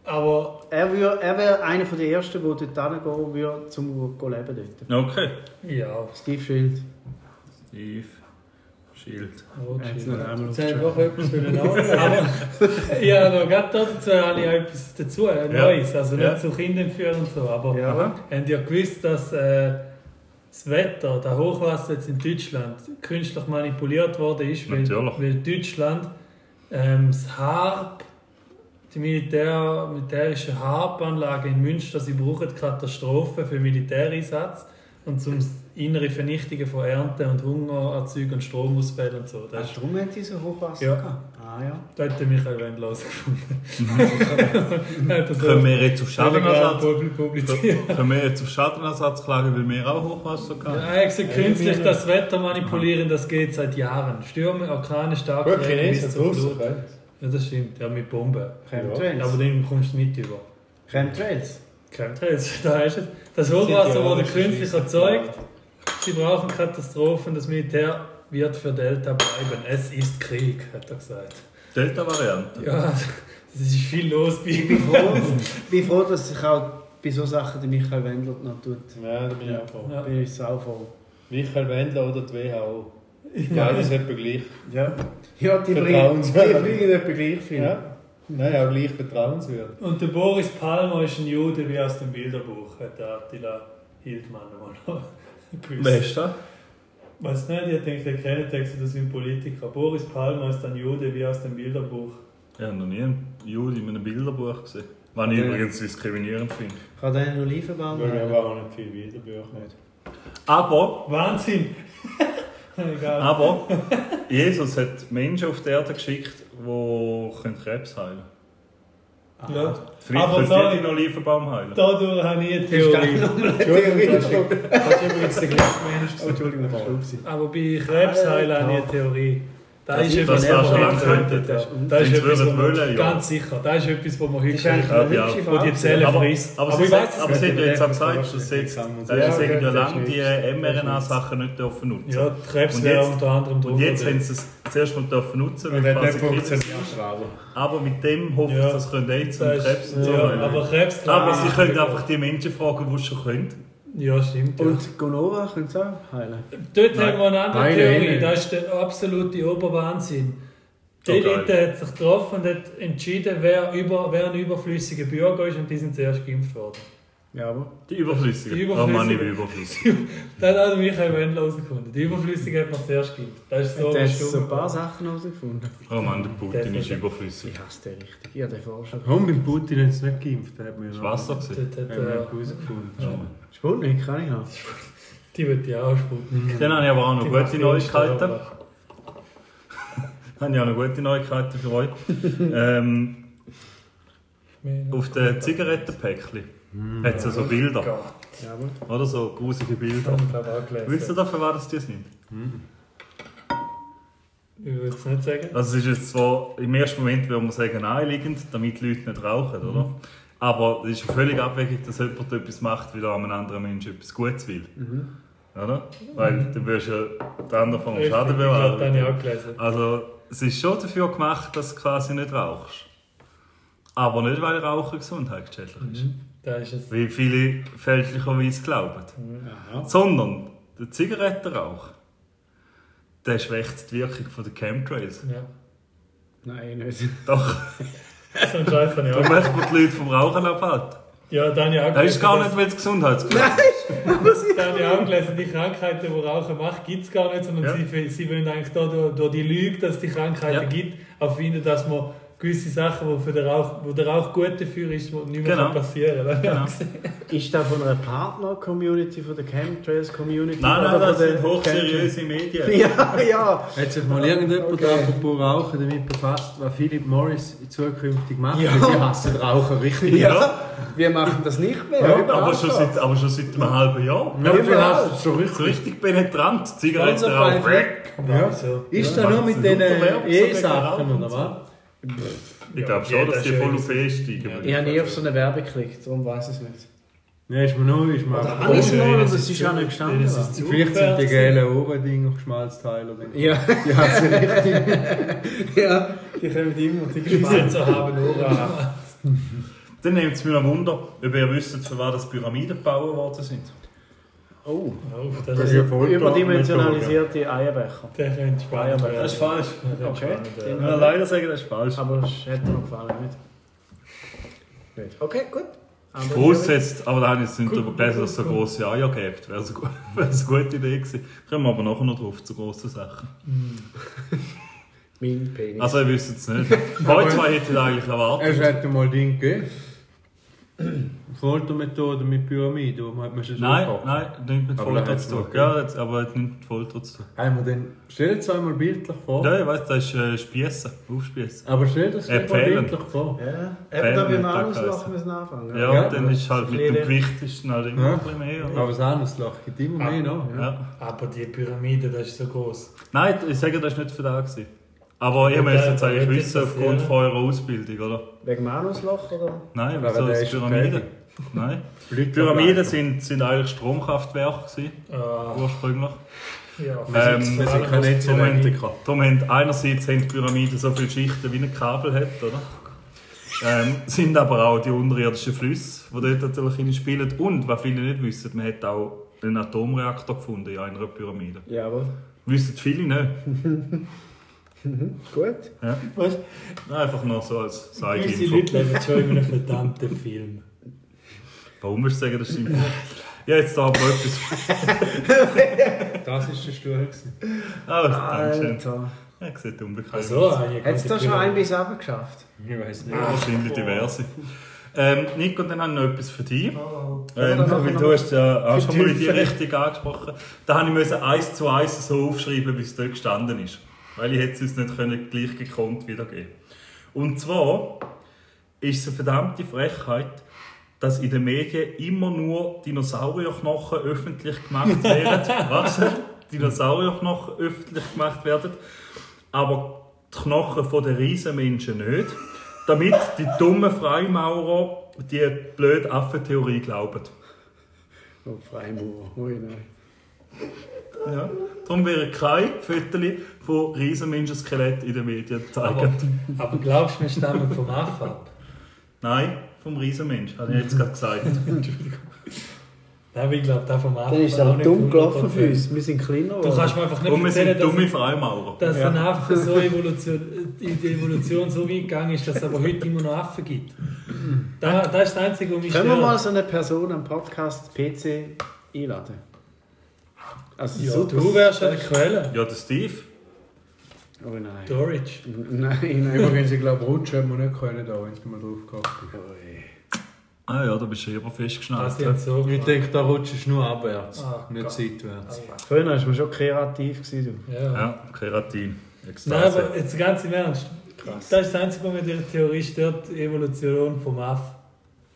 Speaker 4: Aber
Speaker 6: Er wäre er wär einer der ersten, der dort hingehen würde, um zu leben dort.
Speaker 3: Okay.
Speaker 4: ja,
Speaker 6: Steve Schild.
Speaker 3: Steve. Schild.
Speaker 4: oh,
Speaker 6: Er hat es nicht
Speaker 4: Rothschild.
Speaker 6: einmal
Speaker 4: Jetzt habe ich
Speaker 6: aufgeschrieben.
Speaker 4: doch etwas wollen anmerken, aber ja, noch gerade dazu habe ich auch etwas dazu, ein
Speaker 3: Ja.
Speaker 4: Neues, also
Speaker 3: Ja.
Speaker 4: nicht zu Kindern führen und so, aber
Speaker 6: Ja.
Speaker 4: habt ihr gewusst, dass äh, das Wetter, das Hochwasser jetzt in Deutschland künstlich manipuliert worden ist, weil,
Speaker 3: Natürlich.
Speaker 4: weil Deutschland ähm, das Harp, die Militär, militärische Harpanlage in Münster, sie brauchen die Katastrophe für Militäreinsatz und zum innere Vernichtigen von Ernte und Hungererzeugung und Stromausfälle und so. Das
Speaker 2: Ach,
Speaker 4: ist
Speaker 2: Ah, darum hat sie so Hochwasser
Speaker 4: Ja.
Speaker 2: gehabt? Ah ja.
Speaker 4: da hat der Michael Wendler rausgefunden. Nein, das
Speaker 3: Können wir jetzt auf
Speaker 4: Telegram
Speaker 3: Schadenersatz,
Speaker 4: publi- publizieren.
Speaker 3: können wir jetzt auf Schadenersatz klagen, weil wir auch Hochwasser
Speaker 4: Ja,
Speaker 3: hatten?
Speaker 4: er hat gesagt, künstlich das Wetter manipulieren, das geht seit Jahren. Stürme, Orkane, starke
Speaker 5: Gut,
Speaker 4: Regen
Speaker 5: Chinesen,
Speaker 4: zur
Speaker 5: Russen,
Speaker 4: Flut.
Speaker 5: okay.
Speaker 4: Ja, das stimmt, ja, mit Bomben.
Speaker 6: Chemtrails.
Speaker 4: Aber den kommst du nicht über.
Speaker 6: Chemtrails.
Speaker 4: Chemtrails, da hast du es. Das
Speaker 5: Sind
Speaker 4: Hochwasser
Speaker 5: die
Speaker 4: wurde
Speaker 5: Orangen
Speaker 4: künstlich
Speaker 5: schliessen.
Speaker 4: erzeugt. Sie brauchen Katastrophen, das Militär wird für Delta bleiben. Es ist Krieg, hat er gesagt.
Speaker 3: Delta-Variante.
Speaker 4: Ja, es ist viel los bei
Speaker 2: Ich bin froh, ich bin froh dass sich auch bei solchen Sachen der Michael Wendler noch tut.
Speaker 5: Ja, da bin ich auch froh.
Speaker 4: Ja.
Speaker 2: Bin ich sau froh.
Speaker 5: Michael Wendler oder die WHO. Beides etwa gleich.
Speaker 2: Ja, ja die bringen die
Speaker 5: Vertrauenswürdig.
Speaker 2: bringen etwa gleich viel.
Speaker 5: Ja. Nein, auch gleich vertrauenswürdig.
Speaker 4: Und der Boris Palmer ist ein Jude wie aus dem Bilderbuch, hat der Attila Hildmann einmal
Speaker 3: Wer
Speaker 4: gewusst.
Speaker 3: ist das?
Speaker 4: Weiß nicht, ich denke, der kennt Texte, das sind Politiker. Boris Palmer ist ein Jude wie aus dem Bilderbuch.
Speaker 3: Ich habe noch nie einen Jude in einem Bilderbuch gesehen. Was ich
Speaker 2: Ja.
Speaker 3: übrigens diskriminierend finde.
Speaker 2: Ich kann den noch liefern
Speaker 5: Ja,
Speaker 2: bauen.
Speaker 5: wir haben auch nicht viel Bilderbücher. Nicht.
Speaker 3: Aber,
Speaker 4: Wahnsinn! Egal.
Speaker 3: aber, Jesus hat Menschen auf die Erde geschickt, die können Krebs heilen
Speaker 4: Ja.
Speaker 3: Vielleicht
Speaker 4: Aber
Speaker 3: können
Speaker 4: sorry.
Speaker 3: die noch Lieferbaum heilen.
Speaker 4: Dadurch habe ich eine Theorie.
Speaker 5: Entschuldigung,
Speaker 4: Das ist übrigens der gleiche Mensch.
Speaker 2: Oh, Entschuldigung, das war schlimm.
Speaker 4: Aber bei Krebsheilen habe ich eine Theorie. Da
Speaker 2: Das
Speaker 4: ist
Speaker 2: ist-
Speaker 4: etwas,
Speaker 3: das war schon lange
Speaker 4: könnte.
Speaker 3: bekannt, das ist-
Speaker 4: Da ist
Speaker 3: Wenn's
Speaker 4: etwas,
Speaker 3: würden
Speaker 4: wo man-
Speaker 3: wollen, ja.
Speaker 4: ganz sicher. Da ist etwas, wo man heute
Speaker 2: Das ist eigentlich
Speaker 3: Ja,
Speaker 2: eine
Speaker 3: ja.
Speaker 2: hübsche
Speaker 4: wo die Zellen
Speaker 3: Aber-
Speaker 4: frisst.
Speaker 3: Aber, sie,
Speaker 4: weiss es
Speaker 3: aber sie hat ja jetzt auch gesagt, dass sie jetzt,
Speaker 5: Ja,
Speaker 3: äh,
Speaker 5: okay,
Speaker 3: sie haben ja
Speaker 2: das
Speaker 3: lange
Speaker 2: ist
Speaker 3: die
Speaker 2: nicht-
Speaker 3: mRNA-Sachen nicht dürfen nutzen.
Speaker 4: Ja, die Krebs
Speaker 3: Und
Speaker 4: wäre
Speaker 3: jetzt-
Speaker 4: unter anderem
Speaker 3: Und
Speaker 4: drunter.
Speaker 3: jetzt haben sie es zuerst mal dürfen nutzen,
Speaker 5: Und
Speaker 3: weil
Speaker 5: hat nicht
Speaker 3: quasi Krebs,
Speaker 5: funktioniert, Schraber.
Speaker 3: aber mit dem hoffe ich,
Speaker 4: Ja.
Speaker 3: dass sie können AIDS und
Speaker 4: Das ist-
Speaker 3: Krebs und so
Speaker 4: ja,
Speaker 3: heilen.
Speaker 4: aber Krebs, klar.
Speaker 3: Aber sie können einfach die Menschen fragen, die es schon können.
Speaker 4: Ja, stimmt. Ja.
Speaker 2: Und Gonova können sie auch heilen.
Speaker 4: Dort
Speaker 3: Nein.
Speaker 4: haben wir eine andere
Speaker 5: Nein, nein,
Speaker 4: Theorie,
Speaker 5: nein.
Speaker 4: das ist der absolute Oberwahnsinn. Die
Speaker 3: Okay.
Speaker 4: Elite hat sich getroffen und hat entschieden, wer, über, wer ein überflüssiger Bürger ist und die sind zuerst geimpft worden.
Speaker 2: Ja, aber.
Speaker 3: Die Überflüssigen.
Speaker 4: Die
Speaker 3: Oh Mann, ich
Speaker 4: Überflüssigen.
Speaker 3: bin überflüssig.
Speaker 4: Das hat auch Michael Wendler herausgefunden. Die Überflüssigen hat man zuerst geimpft. Das ist so
Speaker 2: Du hast so ein
Speaker 4: stumm.
Speaker 2: paar Sachen herausgefunden.
Speaker 3: Oh Mann, der Putin ist
Speaker 4: Definitiv.
Speaker 3: überflüssig.
Speaker 2: Ich hasse den richtig. Ich habe den vorher schon.
Speaker 5: Komm, beim Putin hat es nicht geimpft. Da hat man ja
Speaker 3: Das
Speaker 5: noch-
Speaker 3: Wasser gesehen.
Speaker 4: Dort hat,
Speaker 5: Haben wir
Speaker 4: äh,
Speaker 5: nicht herausgefunden.
Speaker 2: Sputnik kann ich haben.
Speaker 4: die wird ja auch sputen.
Speaker 2: Mhm.
Speaker 3: Dann habe ich aber auch noch
Speaker 4: Die
Speaker 3: gute
Speaker 4: macht
Speaker 3: Neuigkeiten.
Speaker 4: Angst,
Speaker 3: Habe ich auch noch gute Neuigkeiten für euch. ähm,
Speaker 4: aber-
Speaker 3: auf den Zigarettenpäckchen hat es ja so Bilder.
Speaker 4: Gott,
Speaker 2: Ja, aber.
Speaker 3: Oder so grusige Bilder.
Speaker 4: das haben wir, glaub ich, auch gelesen.
Speaker 3: Willst du dafür wahr, dass die es sind?
Speaker 4: Ich würde es nicht sagen.
Speaker 3: Also es ist jetzt zwar im ersten Moment, würde man sagen, naheliegend, damit die Leute nicht rauchen, oder?
Speaker 4: Mhm.
Speaker 3: Aber es ist ja völlig abwegig, dass jemand etwas macht, weil er einem anderen Menschen etwas Gutes will.
Speaker 4: Mhm.
Speaker 3: Oder? Weil dann wirst du ja den anderen vom
Speaker 4: Richtig,
Speaker 3: Schaden
Speaker 4: ich glaub, das habe ich
Speaker 3: bewahren.
Speaker 4: auch gelesen.
Speaker 3: Also es ist schon dafür gemacht, dass du quasi nicht rauchst. Aber nicht, weil Rauchen gesundheitsschädlich
Speaker 4: Mhm.
Speaker 3: ist.
Speaker 4: Da ist es.
Speaker 3: Wie viele fälschlicherweise glauben. Sondern der Zigarettenrauch, der schwächt die Wirkung von der Chemtrails.
Speaker 4: Ja.
Speaker 2: Nein, nicht.
Speaker 3: Doch.
Speaker 4: So ein Scheiß habe ich auch
Speaker 3: Du möchtest die Leute vom Rauchen abhalten.
Speaker 4: Ja, dann ja auch
Speaker 3: Das ist gar
Speaker 4: gelesen,
Speaker 3: nicht, weil es Gesundheitsgefahr ist.
Speaker 4: dass- Dann ja auch gelesen, die Krankheiten, die Rauchen macht, gibt es gar nicht, sondern
Speaker 3: Ja.
Speaker 4: sie, sie wollen eigentlich da, durch, durch die Lüge, dass es die Krankheiten
Speaker 3: Ja.
Speaker 4: gibt, erfinden, dass man gewisse Sachen, wo, für den Rauch, wo der Rauch gut dafür ist, wo nicht mehr
Speaker 3: Genau.
Speaker 4: kann passieren kann.
Speaker 3: Genau.
Speaker 2: Ist das von einer Partner-Community, von der Chemtrails-Community?
Speaker 3: Nein, nein,
Speaker 2: oder von
Speaker 3: das
Speaker 2: der
Speaker 3: sind hochseriöse Medien.
Speaker 2: Ja, ja.
Speaker 5: Hat sich mal irgendjemand
Speaker 2: Okay.
Speaker 5: apropos Rauchen damit befasst, was Philip Morris zukünftig macht?
Speaker 2: Ja.
Speaker 5: Weil Die hassen Rauchen richtig.
Speaker 2: Wir machen das nicht mehr.
Speaker 5: Ja,
Speaker 3: Aber
Speaker 2: Überhaupt
Speaker 3: schon,
Speaker 2: nicht.
Speaker 3: seit, aber schon seit einem halben Jahr.
Speaker 5: Ja,
Speaker 2: Ja,
Speaker 5: die hassen es schon
Speaker 3: So
Speaker 5: richtig.
Speaker 3: richtig penetrant.
Speaker 5: Sponsored
Speaker 3: Zigarettenrauch
Speaker 5: by
Speaker 3: weg.
Speaker 5: Ja.
Speaker 4: So.
Speaker 5: Ist
Speaker 3: Ja.
Speaker 5: da nur
Speaker 3: Macht's
Speaker 5: mit den
Speaker 3: lauter Werbung, so gegen
Speaker 5: E-Sachen,
Speaker 3: Rauchen
Speaker 5: oder was?
Speaker 3: Ich glaube schon,
Speaker 4: Ja,
Speaker 3: dass
Speaker 4: das
Speaker 3: die
Speaker 4: ist
Speaker 3: voll
Speaker 4: ja
Speaker 3: auf E steigen.
Speaker 2: Ich habe nie auf so eine Werbung geklickt, darum weiß ich es nicht.
Speaker 5: Nein, ist mir nur, ist mir einfach-
Speaker 2: Alles
Speaker 4: ja,
Speaker 2: mal,
Speaker 4: ja,
Speaker 2: aber
Speaker 4: das
Speaker 2: es ist auch nicht gestanden.
Speaker 4: das
Speaker 2: wa?
Speaker 4: ist zu
Speaker 5: Vielleicht sind die
Speaker 4: aufwärts.
Speaker 5: gelben Ohren-Dinger Geschmalzteile. oder?
Speaker 2: Ja,
Speaker 5: Die hassen richtig.
Speaker 2: ja, die kommen immer. Die
Speaker 4: Die Schweizer haben Ohren.
Speaker 3: Dann nimmt es mir ein Wunder, ob ihr wisst, für was das Pyramiden gebaut worden sind.
Speaker 6: Oh,
Speaker 4: Auf, das,
Speaker 5: Das ist ja
Speaker 4: ist,
Speaker 2: Oh,
Speaker 5: voll
Speaker 6: überdimensionalisierte Eierbecher.
Speaker 4: der könnte spannend
Speaker 6: Ja, aber
Speaker 4: werden.
Speaker 6: das ist
Speaker 3: falsch.
Speaker 4: Das ist
Speaker 6: Okay.
Speaker 4: spannend, ja.
Speaker 6: Den-
Speaker 3: Ja, leider sagen, das ist falsch.
Speaker 6: Aber es hätte mir gefallen. Nicht?
Speaker 2: Nicht. Okay, gut.
Speaker 6: Aber
Speaker 3: Groß jetzt, aber da habe ich jetzt nicht drüber gelesen, dass es so grosse Eier gibt. Wäre so gu- wäre so eine gute Idee gewesen. Kommen wir aber nachher noch drauf zu grossen Sachen.
Speaker 2: Mein Penis.
Speaker 3: Also, ihr wisst es nicht. Bei zwei hätte ich eigentlich erwartet.
Speaker 5: Es hat mal Ding gegeben. Foltermethode mit Pyramide, wo man hat
Speaker 3: Nein, nein, nimmt mit
Speaker 5: Aber
Speaker 3: Folter
Speaker 5: dann
Speaker 3: zu tun.
Speaker 5: hat's noch,
Speaker 3: Ja, jetzt, aber es nimmt mit Folter zu tun.
Speaker 5: Haben wir denn, stell es einmal bildlich vor.
Speaker 3: Ja, ich weiss, das ist äh, Spiessen, Aufspiessen.
Speaker 5: Aber stell das
Speaker 3: Äh,
Speaker 5: dir mal
Speaker 3: Pfählen.
Speaker 5: bildlich vor.
Speaker 2: ja,
Speaker 3: Pfählen
Speaker 2: eben da beim
Speaker 3: hat er
Speaker 2: Anusloch
Speaker 3: geheißen.
Speaker 2: müssen wir anfangen.
Speaker 3: Ja,
Speaker 5: Ja.
Speaker 3: und dann ist halt mit dem
Speaker 6: Lehre.
Speaker 3: Gewicht ist dann halt immer
Speaker 5: Ja.
Speaker 3: ein bisschen mehr.
Speaker 5: Aber
Speaker 3: Oder?
Speaker 5: das Anuslach gibt immer mehr nach. Ja.
Speaker 3: Ja.
Speaker 4: Aber die Pyramide, das ist so groß.
Speaker 3: Nein, ich sage, das war nicht für da. Gewesen. Aber ihr
Speaker 4: Ja,
Speaker 3: müsst jetzt
Speaker 4: aber
Speaker 3: eigentlich
Speaker 4: hätte
Speaker 3: wissen,
Speaker 4: das
Speaker 3: aufgrund
Speaker 4: ja.
Speaker 3: von eurer Ausbildung, oder?
Speaker 6: Wegen Manusloch oder?
Speaker 3: Nein,
Speaker 5: Aber
Speaker 3: wieso
Speaker 5: der
Speaker 3: das
Speaker 5: ist
Speaker 3: Pyramide?
Speaker 5: fertig.
Speaker 3: Nein.
Speaker 5: Leute
Speaker 3: Pyramiden
Speaker 5: bleiben.
Speaker 3: sind, sind eigentlich Stromkraftwerke gewesen,
Speaker 4: Ah,
Speaker 3: ursprünglich.
Speaker 4: ja,
Speaker 3: Ähm,
Speaker 5: Wir sind keine
Speaker 3: darum haben,
Speaker 5: Elektriker.
Speaker 3: darum haben einerseits haben die Pyramiden so viele Schichten wie ein Kabel hat, oder? Ähm, sind aber auch die unterirdischen Flüsse, die dort natürlich hineinspielen. Und, was viele nicht wissen, man hat auch einen Atomreaktor gefunden in einer Pyramide.
Speaker 6: Jawohl.
Speaker 3: Wissen viele nicht.
Speaker 6: Gut.
Speaker 3: Ja.
Speaker 4: Was?
Speaker 3: Einfach nur so als
Speaker 4: Unsere
Speaker 3: Side-Info.
Speaker 4: Leute leben schon in einem verdammten Film.
Speaker 3: Warum willst du sagen, das stimmt nicht? Ja, jetzt da aber etwas.
Speaker 5: Das ist der Stuhl. gewesen.
Speaker 3: Ah, danke schön.
Speaker 6: Alter.
Speaker 3: Er sieht unbekannt
Speaker 4: Also,
Speaker 3: aus.
Speaker 2: Hättest du da schon ein bis abgeschafft?
Speaker 5: Ich weiß nicht.
Speaker 3: Ja, wahrscheinlich diverse. Ähm, Nico, dann habe ich noch etwas für dich. Ähm,
Speaker 6: Oder
Speaker 3: weil
Speaker 6: noch-
Speaker 3: du hast ja auch
Speaker 6: für
Speaker 3: schon mal in
Speaker 6: die
Speaker 3: die
Speaker 6: Tiefe.
Speaker 3: Richtung angesprochen. Da habe ich müssen eins zu eins so aufschreiben, wie es dort gestanden ist. Weil ich hätte es uns nicht können gleich gekonnt wiedergeben Und zwar ist es eine verdammte Frechheit, dass in den Medien immer nur Dinosaurierknochen öffentlich gemacht werden. Was? Dinosaurierknochen öffentlich gemacht werden, aber die Knochen von den Riesenmenschen nicht, damit die dummen Freimaurer die blöde Affentheorie glauben.
Speaker 6: Oh, Freimaurer. Ui, nein.
Speaker 3: Ja. Darum wäre kein Fotos von Riesenmenschen-Skelett in den Medien zeigen.
Speaker 4: Aber, aber glaubst du, wir stammen vom Aff ab?
Speaker 3: Nein, vom Riesenmensch, habe ich jetzt gerade gesagt.
Speaker 4: Nein, aber ich glaube, der vom Aff
Speaker 6: Dann ist es
Speaker 4: war
Speaker 6: auch
Speaker 4: nicht
Speaker 6: dumm gelaufen für
Speaker 4: 100%.
Speaker 6: uns. Wir sind
Speaker 4: Du
Speaker 6: kleiner
Speaker 4: kannst
Speaker 6: geworden.
Speaker 4: mir einfach nicht
Speaker 3: Und wir
Speaker 4: erzählen,
Speaker 3: sind dumme
Speaker 4: dass,
Speaker 3: Freimaurer.
Speaker 4: dass ein Affe so Evolution, in die Evolution so weit gegangen ist, dass es aber heute immer noch Affen gibt. Da, das ist das Einzige, was mich
Speaker 6: Können wir
Speaker 4: stört.
Speaker 6: mal so eine Person am Podcast PC einladen? Also
Speaker 4: ja,
Speaker 6: super.
Speaker 4: du wärst an der Quelle.
Speaker 3: Ja, der Steve.
Speaker 6: Oh nein.
Speaker 4: Dorich.
Speaker 6: Nein, nein.
Speaker 5: Übrigens, ich glaube, rutschen hätten wir nicht können, da, wenn du mal drauf gehabt bist.
Speaker 3: Ah ja, da bist du aber
Speaker 4: Das
Speaker 3: festgeschnallt.
Speaker 4: sind so
Speaker 5: Ich denke, da rutschst du nur abwärts,
Speaker 4: Ah,
Speaker 5: nicht
Speaker 4: Gott.
Speaker 5: seitwärts.
Speaker 6: Früher warst du schon kreativ. Gewesen,
Speaker 4: Ja.
Speaker 3: Ja, Keratin.
Speaker 4: Nein,
Speaker 3: Ekstase.
Speaker 4: aber jetzt ganz im Ernst. Das ist das Einzige, was mir die Theorie stört, die Evolution vom Aff.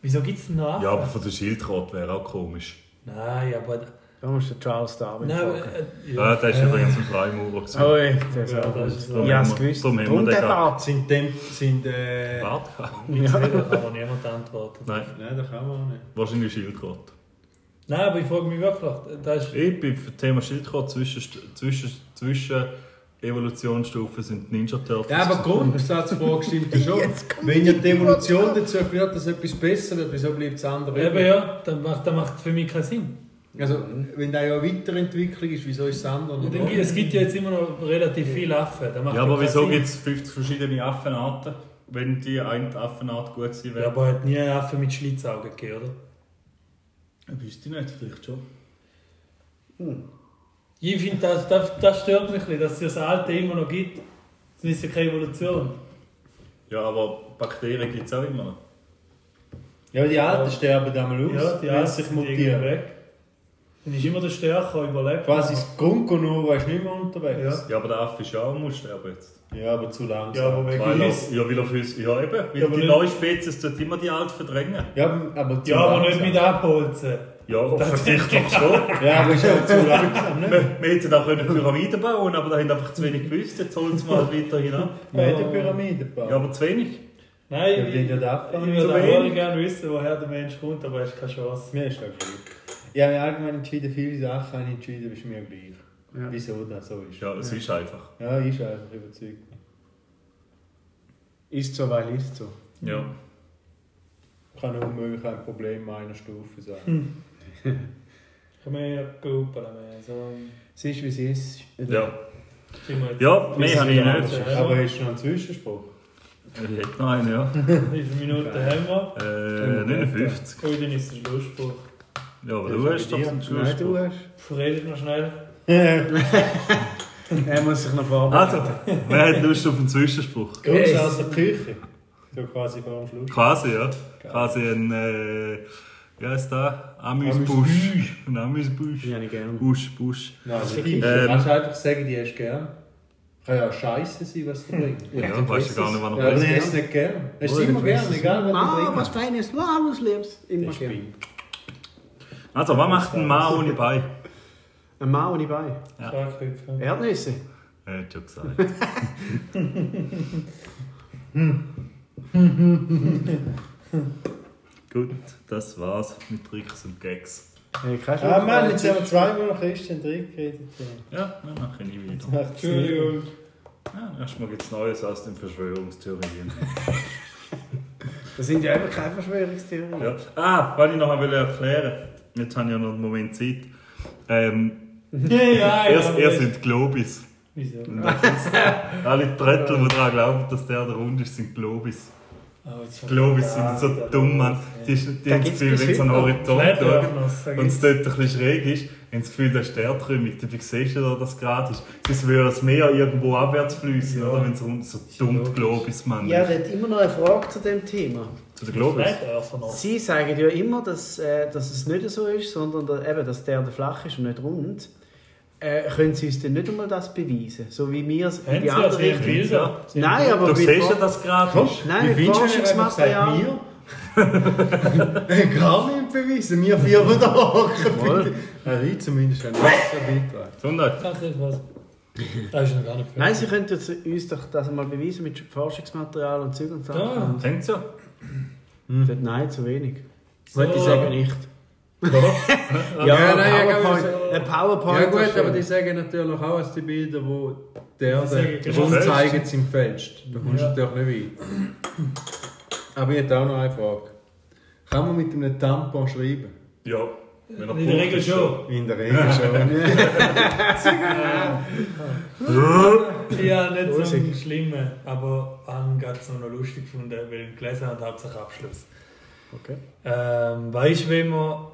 Speaker 4: Wieso gibt es denn noch Affen?
Speaker 3: Ja, aber von der Schildkröte wäre auch komisch.
Speaker 4: Nein, aber...
Speaker 6: du. Da musst du Charles Darwin
Speaker 4: Nein, aber
Speaker 6: fragen.
Speaker 4: äh,
Speaker 3: Ja, Ah, der ist übrigens ein Freimaurer. gewesen.
Speaker 6: Oh, ey, der ist
Speaker 4: Ja, das
Speaker 6: auch gut.
Speaker 4: ist so.
Speaker 6: Ich hab's gewusst.
Speaker 3: Darum haben wir den
Speaker 6: Drum der
Speaker 3: gehabt.
Speaker 6: Bart.
Speaker 5: Sind dem, sind, äh... Nein,
Speaker 3: Bart gehabt?
Speaker 4: Jetzt hat aber niemand antwortet.
Speaker 3: Nein,
Speaker 5: da kann man auch nicht.
Speaker 3: wahrscheinlich Schildkröte.
Speaker 4: Nein, aber ich frage mich wirklich, das ist
Speaker 3: Ich bin für das Thema Schildkröte zwischen, zwischen, zwischen Evolutionsstufen sind die Ninja Turtles.
Speaker 5: Ja,
Speaker 3: gewesen.
Speaker 5: aber Grundsatzfrage stimmt ja schon. Wenn ja die Evolution dazu führt, dass etwas besser wird, wieso bleibt das andere
Speaker 4: Eben
Speaker 5: übrig?
Speaker 4: ja, das macht, das macht für mich keinen Sinn.
Speaker 5: Also, wenn da ja Weiterentwicklung ist, wieso ist das andere
Speaker 4: Und
Speaker 5: noch
Speaker 4: dann,
Speaker 5: da?
Speaker 4: gibt- es gibt ja jetzt immer noch relativ viele Affen. Das macht
Speaker 3: ja, aber
Speaker 4: keinen
Speaker 3: wieso
Speaker 4: Sinn.
Speaker 3: gibt es 50 verschiedene Affenarten, wenn die eine Affenart gut gewesen
Speaker 4: Ja,
Speaker 3: wäre?
Speaker 4: aber hat nie einen Affen mit Schlitzaugen gegeben, oder?
Speaker 3: Wüsste ich nicht, vielleicht schon.
Speaker 4: Ich finde, das, das, das stört mich ein bisschen, dass es das Alte immer noch gibt. Es ist ja keine Evolution.
Speaker 3: Ja, aber Bakterien gibt es auch immer noch.
Speaker 5: Ja, aber die Alten sterben dann mal aus,
Speaker 4: Ja, die
Speaker 5: wenn
Speaker 4: Alten
Speaker 5: sie sich
Speaker 4: sind irgendwie
Speaker 5: mutieren.
Speaker 4: weg. Dann ist immer der Stärker überlebt.
Speaker 5: Quasi das Grundgenova ist nicht mehr unterwegs.
Speaker 3: Ja, aber der Affe ist ja auch am Aussterben jetzt.
Speaker 5: Ja, aber zu langsam.
Speaker 4: Ja, aber wegen
Speaker 3: Weil er,
Speaker 4: uns.
Speaker 3: ja, weil er für uns, ja eben, weil
Speaker 4: Ja, aber
Speaker 3: die
Speaker 4: nicht-
Speaker 3: neue Spezies tut immer die alte verdrängen.
Speaker 5: Ja, aber, aber zu
Speaker 4: Ja, aber nicht
Speaker 5: langsam.
Speaker 4: mit abholzen.
Speaker 3: Ja, offensichtlich schon.
Speaker 5: Ja, aber ist ja zu langsam, ne?
Speaker 3: Wir, wir hätten auch können Pyramiden bauen aber da haben einfach zu wenig gewusst. Jetzt holen wir halt weiter hinein.
Speaker 5: Wir haben die Pyramide gebaut.
Speaker 3: Ja, aber zu wenig.
Speaker 4: Nein,
Speaker 5: Ja,
Speaker 4: ich,
Speaker 5: wenn
Speaker 4: ich
Speaker 5: du
Speaker 4: würde
Speaker 5: das
Speaker 4: auch
Speaker 5: abfängst,
Speaker 3: zu
Speaker 4: voll
Speaker 3: wenig.
Speaker 4: gerne wissen, woher der Mensch kommt, aber es ist keine Chance.
Speaker 5: Mir ist das gleich. Ich habe mich allgemein entschieden, viele Sachen habe ich entschieden, ist mir gleich.
Speaker 6: Ja.
Speaker 5: Wieso das so ist.
Speaker 3: Ja, es ist einfach.
Speaker 5: Ja, ist einfach überzeugt.
Speaker 6: Ist so, weil ist so.
Speaker 3: Ja.
Speaker 5: kann unmöglich ein Problem einer Stufe
Speaker 2: Hm.
Speaker 5: sein.
Speaker 4: Können wir ja gruppen. Also,
Speaker 2: Es ist, wie es ist.
Speaker 3: Ja,
Speaker 4: sind wir jetzt-
Speaker 3: ja mehr habe ich nicht.
Speaker 5: Aber hast du noch einen Zwischenspruch?
Speaker 3: Ich hätte noch einen, ja.
Speaker 4: Wie viele Minuten haben wir?
Speaker 3: Äh, 59.
Speaker 4: Oh, dann ist der Schlussspruch.
Speaker 3: Ja, aber du hast doch den
Speaker 2: Nein, du
Speaker 3: Schlussspruch.
Speaker 2: hast.
Speaker 4: Redet noch schnell.
Speaker 2: Er muss sich noch verarbeiten.
Speaker 3: Also, wer hat Lust auf einen Zwischenspruch?
Speaker 5: Gruß aus der Küche. So quasi vor dem Schluss.
Speaker 3: Quasi, ja. Quasi ein, äh, wie heißt der? Amüsbusch. Ein Amüsbusch.
Speaker 6: Die habe ich gerne.
Speaker 3: Busch, Busch.
Speaker 5: Nein, also,
Speaker 3: Ähm.
Speaker 5: ähm, kannst du einfach sagen, die hast du gern. Kann ja scheiße sein, was du bringst.
Speaker 3: Ja, du weißt ja gar nicht, wann
Speaker 5: Ja,
Speaker 3: er
Speaker 5: aber
Speaker 3: ist.
Speaker 5: du hast es nicht gern. Hast du
Speaker 6: Oh,
Speaker 5: immer
Speaker 6: dann
Speaker 5: gern,
Speaker 6: weiss ich's.
Speaker 5: egal
Speaker 6: Ah,
Speaker 5: was
Speaker 6: was
Speaker 5: du
Speaker 6: Feines, nur alles Lebens. Immer gerne.
Speaker 3: Also, was macht ein Mann ohne Bein?
Speaker 6: Ein Mann ohne Bein.
Speaker 3: Ja.
Speaker 4: Schlagköpfe.
Speaker 6: Erdnüsse.
Speaker 3: Er hat schon gesagt. Gut, das war's mit Tricks und Gags.
Speaker 6: Hey, kein
Speaker 5: bringst. Ah Mann, jetzt
Speaker 6: Schluss.
Speaker 5: haben wir zweimal noch Christian drin geredet.
Speaker 3: Ja, dann mache ich nie wieder.
Speaker 5: Macht's nicht.
Speaker 3: Ja, erstmal gibt's Neues aus den Verschwörungstheorien.
Speaker 2: Das sind ja einfach keine Verschwörungstheorien.
Speaker 3: Ja. Ah, was ich noch einmal erklären wollte. Jetzt habe ich ja noch einen Moment Zeit. Ähm,
Speaker 4: Ja,
Speaker 3: erst,
Speaker 4: ja,
Speaker 3: erst sind die Globis.
Speaker 4: Wieso?
Speaker 3: Und das ist- Alle Tröttel, die daran glauben, dass der der Rund ist, sind Globis.
Speaker 4: Oh, jetzt
Speaker 3: Die Globis sind so dumm, Mann. Die, die, die haben das Gefühl, wenn sie an den Horizont schauen und es dort ein bisschen schräg ist, haben sie das Gefühl, da ist die Erdkrümmung. Dabei siehst du ja, dass es gerade ist. Sonst würde das Meer irgendwo abwärts fließen, oder? Wenn es rund so dumm die Globis, Mann.
Speaker 2: Ja, der hat immer noch eine Frage zu dem Thema.
Speaker 3: Zu den Globis.
Speaker 2: Sie sagen ja immer, dass, äh, dass es nicht so ist, sondern da, eben, dass der der flach ist und nicht rund. Äh, können Sie uns denn nicht einmal das beweisen? So wie wir es
Speaker 4: Haben sie ja sehr Bilder.
Speaker 2: Nein, aber
Speaker 3: Du
Speaker 2: mit
Speaker 3: siehst ja,
Speaker 2: Vor-
Speaker 3: dass es gerade ist.
Speaker 2: Nein, mit Forschungsmaterial.
Speaker 5: Gar nicht beweisen, wir vier, die da hocken. Nein, zumindest ein letzter Beitrag.
Speaker 3: Gesundheit.
Speaker 4: Das ist was. Das ist noch gar nicht fertig.
Speaker 2: Nein, Sie könnten uns- uns doch das mal beweisen mit Forschungsmaterial und Zeug und
Speaker 4: Da.
Speaker 2: Sachen.
Speaker 3: Denkt ja.
Speaker 2: Und- Nein, zu wenig.
Speaker 4: So.
Speaker 2: Gut, die sagen nicht. ja,
Speaker 5: Ja,
Speaker 2: ein
Speaker 5: nein, ja,
Speaker 2: PowerPoint.
Speaker 5: aber so-
Speaker 2: Ein PowerPoint.
Speaker 5: Ja gut,
Speaker 2: ist
Speaker 5: aber die
Speaker 2: schön.
Speaker 5: sagen natürlich auch, dass die Bilder, wo die
Speaker 4: sagen,
Speaker 5: Erde
Speaker 4: genau.
Speaker 5: rund zeigen, sind gefälscht. Da kommst du
Speaker 4: Ja.
Speaker 5: natürlich nicht weit. Aber ich hätte auch noch eine Frage. Kann man mit einem Tampon schreiben?
Speaker 3: Ja. Wenn er
Speaker 4: In der Regel schon.
Speaker 5: In der Regel schon.
Speaker 4: Ja, nicht so ein schlimmer, aber an ganz noch lustig gefunden, weil ich gelesen habe, Hauptsache Abschluss.
Speaker 2: Okay.
Speaker 4: Ähm, weißt du, wenn man,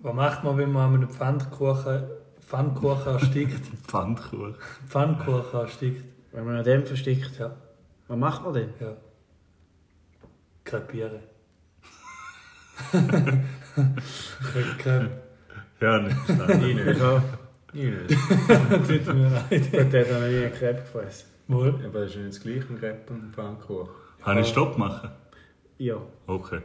Speaker 4: was macht man, wenn man an einem Pfannkuchen, Pfannkuchen erstickt?
Speaker 3: Pfandkuchen.
Speaker 4: Pfannkuchen erstickt,
Speaker 2: Wenn man an dem versteckt,
Speaker 4: ja,
Speaker 2: was macht man denn?
Speaker 4: ja. Krepieren. Krep- Krep-
Speaker 3: Ja, nicht.
Speaker 5: Ich nicht. Ich nicht.
Speaker 4: Tut mir leid.
Speaker 2: Der hat noch nie einen Krebs gefressen.
Speaker 4: Wohl.
Speaker 5: Aber das ist nicht das gleiche, ein Crepe und ein Pfannkuchen.
Speaker 3: Kann ich Stopp machen?
Speaker 2: Ja.
Speaker 3: Okay.